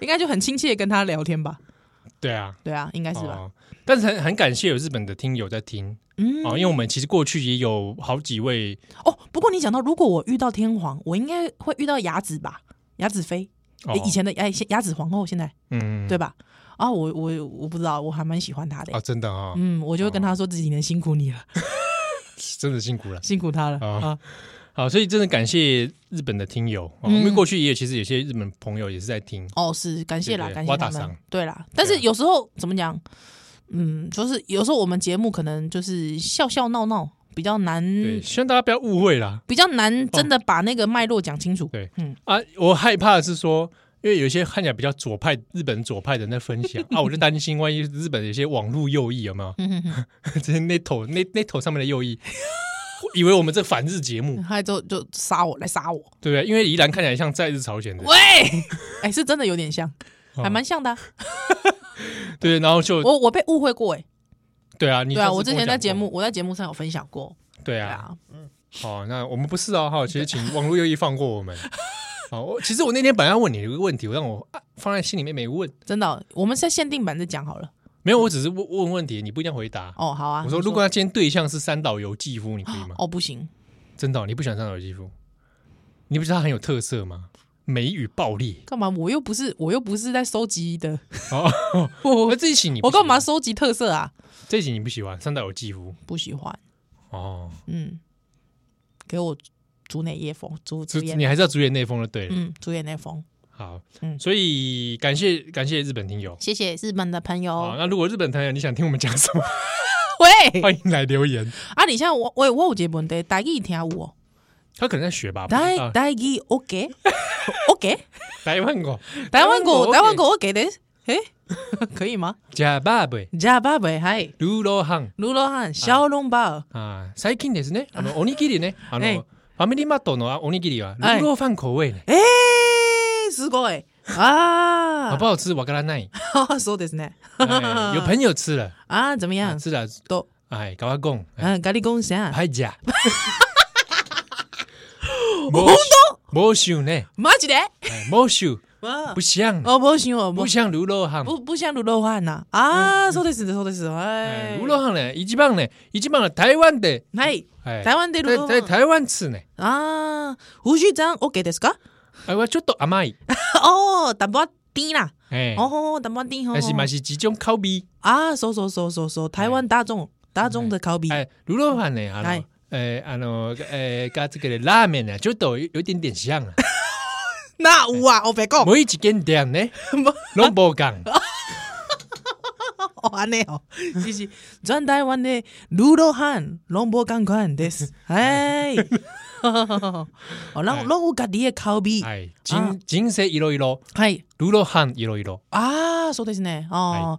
S2: 应该就很亲切地跟他聊天吧？！”
S3: 对啊，
S2: 对啊，应该是吧？
S3: 哦但是很很感谢有日本的听友在听
S2: 嗯，
S3: 哦，因为我们其实过去也有好几位
S2: 哦，不过你讲到，如果我遇到天皇，我应该会遇到雅子吧？雅子妃，
S3: 哦
S2: 以前的哎，现雅子皇后，现在、
S3: 嗯
S2: 对吧？啊，我我我不知道，我还蛮喜欢她的、
S3: 啊，真的啊，
S2: 嗯，我就会跟她说这几年辛苦你了，
S3: 真的辛苦了。
S2: 辛苦她了、
S3: 哦
S2: 啊。
S3: 好，所以真的感谢日本的听友，哦
S2: 嗯
S3: 因为过去也有其实有些日本朋友也是在听，
S2: 哦，是感谢啦，
S3: 对对
S2: 感
S3: 挖
S2: 谢
S3: 大
S2: 他们
S3: 赏。
S2: 对啦，但是有时候怎么讲，嗯，就是有时候我们节目可能就是笑笑闹闹，比较难，
S3: 对，希望大家不要误会啦
S2: 比较难真的把那个脉络讲清楚。
S3: 对
S2: 嗯，
S3: 啊！我害怕的是说，因为有一些看起来比较左派日本左派的人在分 享啊，我就担心万一日本有些网络右翼有没有？
S2: 嗯哼哼，
S3: 这些 NATO 那 NATO 上面的右翼， 以为我们这反日节目，
S2: 后来之后就杀我，来杀我。
S3: 对不对？因为宜兰看起来像在日朝鲜的，
S2: 喂，哎，是真的有点像，
S3: 哦
S2: 还蛮像的啊、
S3: 对，然后就
S2: 我我被误会过哎，
S3: 对啊，你
S2: 对啊，
S3: 上次
S2: 我之
S3: 跟
S2: 前在
S3: 讲
S2: 节
S3: 过
S2: 目，我在节目上有分享过，
S3: 对
S2: 对
S3: 啊，
S2: 啊，
S3: 好，那我们不是哦，哈，其实请网络右翼放过 我们。好，我其实我那天本来要问你一个问题，我让我啊放在心里面没问，
S2: 真的哦，我们在限定版再讲好了。
S3: 没有，我只是问问问题，你不一定要回答。
S2: 哦，好啊。
S3: 我说，
S2: 你
S3: 如果他今天对象是三岛由纪夫，你可以吗？
S2: 哦不行，
S3: 真的哦，你不喜欢三岛由纪夫？你不觉得他很有特色吗？美与暴力，
S2: 干嘛？我又不是我又不是在收集的，
S3: 哦，
S2: 我
S3: 那这一期你不
S2: 我
S3: 喜欢
S2: 干嘛？收集特色啊？
S3: 这一期你不喜欢三岛由纪夫
S2: 不喜欢，
S3: 哦，
S2: 嗯，给我竹内叶风，竹
S3: 这
S2: 竹
S3: 你
S2: 野，
S3: 还是要主演内风就对了。
S2: 嗯，竹野内丰，
S3: 好，
S2: 嗯
S3: 所以感谢感谢日本听友。
S2: 谢谢日本的朋
S3: 好，啊
S2: 友。哦
S3: 那如果日本朋友你想听我们讲什么，
S2: 喂，
S3: 欢迎来留言。
S2: 啊，你现在我我我有一个问题，大家听有哦，
S3: 他可能在学吧，不知
S2: 大
S3: 道
S2: 大家 OK OK，
S3: 台湾国
S2: 台湾国
S3: 我
S2: 台湾国 OK 的，诶， 可以吗？
S3: 假爸爸
S2: じゃあバイバイはい。
S3: ルロハン
S2: ルーローハン、シャオロンバ
S3: あ最近ですね、あのおにぎりね、あ
S2: は
S3: の
S2: い
S3: ファミリーマットのおにぎりはル
S2: はい
S3: ーローファン口味ね、
S2: ー。えー、すご い。
S3: 好
S2: あ
S3: 不好吃わからない。
S2: ー。 そうですね。
S3: 哎有朋友吃了，
S2: あー、怎么样
S3: 吃了，
S2: と、
S3: 哎，搞我讲，哎
S2: あガリゴンさん。
S3: はいじゃ。本当？魔修呢？
S2: マジで
S3: 哎魔修
S2: わ
S3: 不像，
S2: あ、不行哦，不
S3: 不像ルーローハン。
S2: 不不像卤肉飯呐。あー、そうですね、そうです。は
S3: 哎
S2: い。
S3: ルーローハン呢？一番呢？一番は台湾で，
S2: はい。
S3: 哎
S2: 台湾でルーローハ
S3: 在
S2: ン
S3: 在台湾吃呢。
S2: あー、富士山 OK ですか
S3: 哎，我ちょっと甘い。
S2: おー、淡薄甜啦。
S3: 哎，
S2: おー、淡薄甜。
S3: 但是嘛是几种口味。
S2: あー、そうそうそうそうそう。台湾大众、大众的口味。
S3: 哎，卤肉饭呢？啊
S2: 哎
S3: の，哎，啊の，哎，跟这个拉面呢，就都有有点点像啊。
S2: 那有啊，我白 讲。
S3: 每一间店呢，
S2: 뭐,
S3: 拢无共。
S2: 哦，安尼哦，是是，全台湾的卤肉汉拢无共款です。 哎，哦，
S3: 哎
S2: 拢拢有家己的口味。
S3: 哎，人人生いろいろ，
S2: はい。
S3: 卤肉飯いろいろ。
S2: 啊，そうですね。哦，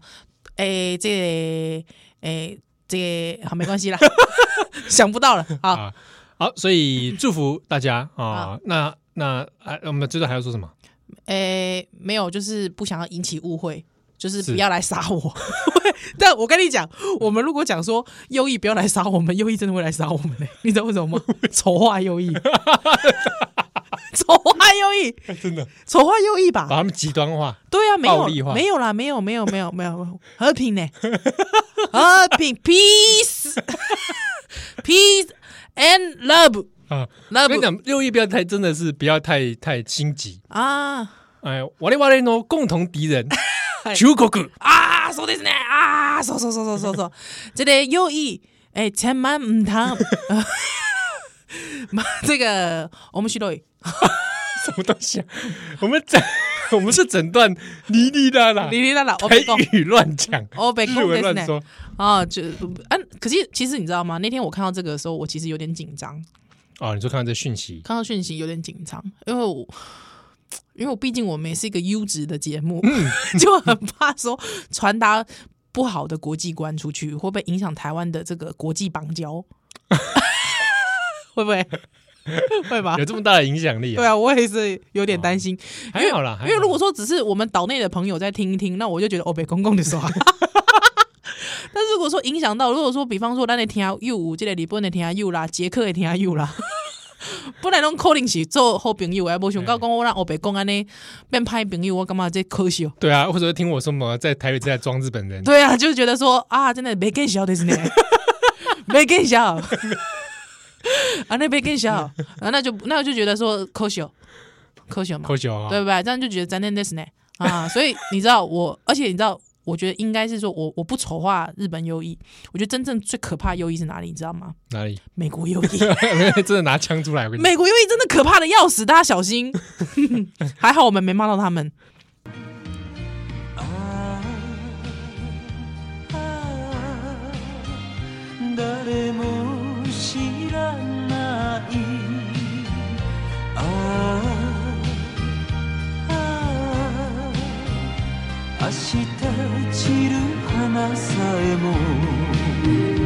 S2: 诶，这个，诶，这个好没关 系啦，想不到了。好，
S3: 啊好，所以祝福大家啊。那那啊，我们最后还要说什 么？
S2: 诶，没有，就是不想要引起误会。就是
S3: 是
S2: 不要来杀我， 但我跟你讲，我们如果讲说右翼不要来杀我们，右翼真的会 来杀我们嘞、你知道为什么吗？丑化右翼，丑化右翼，义，
S3: 真的
S2: 丑化右翼吧
S3: 把？他们极端化，
S2: 对啊，没
S3: 暴力化
S2: 有没有啦，没有没有没有没有和平呢，和平 peace peace and love
S3: 啊！我跟你
S2: love
S3: 讲，六一不要太，真的是不要太太心急。
S2: 啊
S3: 哎，瓦利瓦利诺共同敌 人，求狗狗
S2: 啊，そうですね啊，そうそうそうそうそうそう，这个右翼哎，千万唔通，妈这个我们许多
S3: 什么东西啊？我们整， 我们是整段哩哩啦啦，
S2: 哩哩啦啦，我
S3: 台
S2: 别讲。
S3: 语乱讲，
S2: 哦，北
S3: 日
S2: 控
S3: 文
S2: です
S3: 乱
S2: ね
S3: 说。
S2: 啊，就啊，可是其实你知道吗？那天我看到这个的时候，我其实有点紧张，
S3: 哦，你说看到这讯息，
S2: 看到讯息有点紧张，因为我因为我毕竟我们也是一个优质的节目， 就很怕说传达不好的国际观出去，会不会影响台湾的这个国际邦交？ 会不会？会吧
S3: 有？这么大的影响力？
S2: 啊对，啊，我也是有点担心，
S3: 还好啦，还
S2: 因为
S3: 好
S2: 如果说只是我们岛内的朋友在听一听，那我就觉得哦，北公公的说话。 但是如果说影响到，如果说比方说咱的听友有，这个日本的听友啦，捷克的听友啦， 本来拢可能是做好朋友的，无想到讲哦我让欧北公安尼变歹朋友，我感觉这可惜哦。
S3: 对啊，或者听我说什么在台北在装日本人，
S2: 对啊，就觉得说啊，真的没更小的是呢， 没更小， 啊那没更小，啊那就那就觉得说可惜，哦，可惜嘛，
S3: 扣九啊，
S2: 对不对？这样就觉得咱那是呢啊， 所以你知道我，而且你知道，我觉得应该是说我我不丑化日本优异，我觉得真正最可怕的优异是哪里，你知道吗？
S3: 哪里？
S2: 美国优异，
S3: 真的拿枪出来，我跟你
S2: 美国优异真的可怕的要死，大家小心。 还好我们没骂到他们。
S1: 誰も知らないああああ明日散る花さえも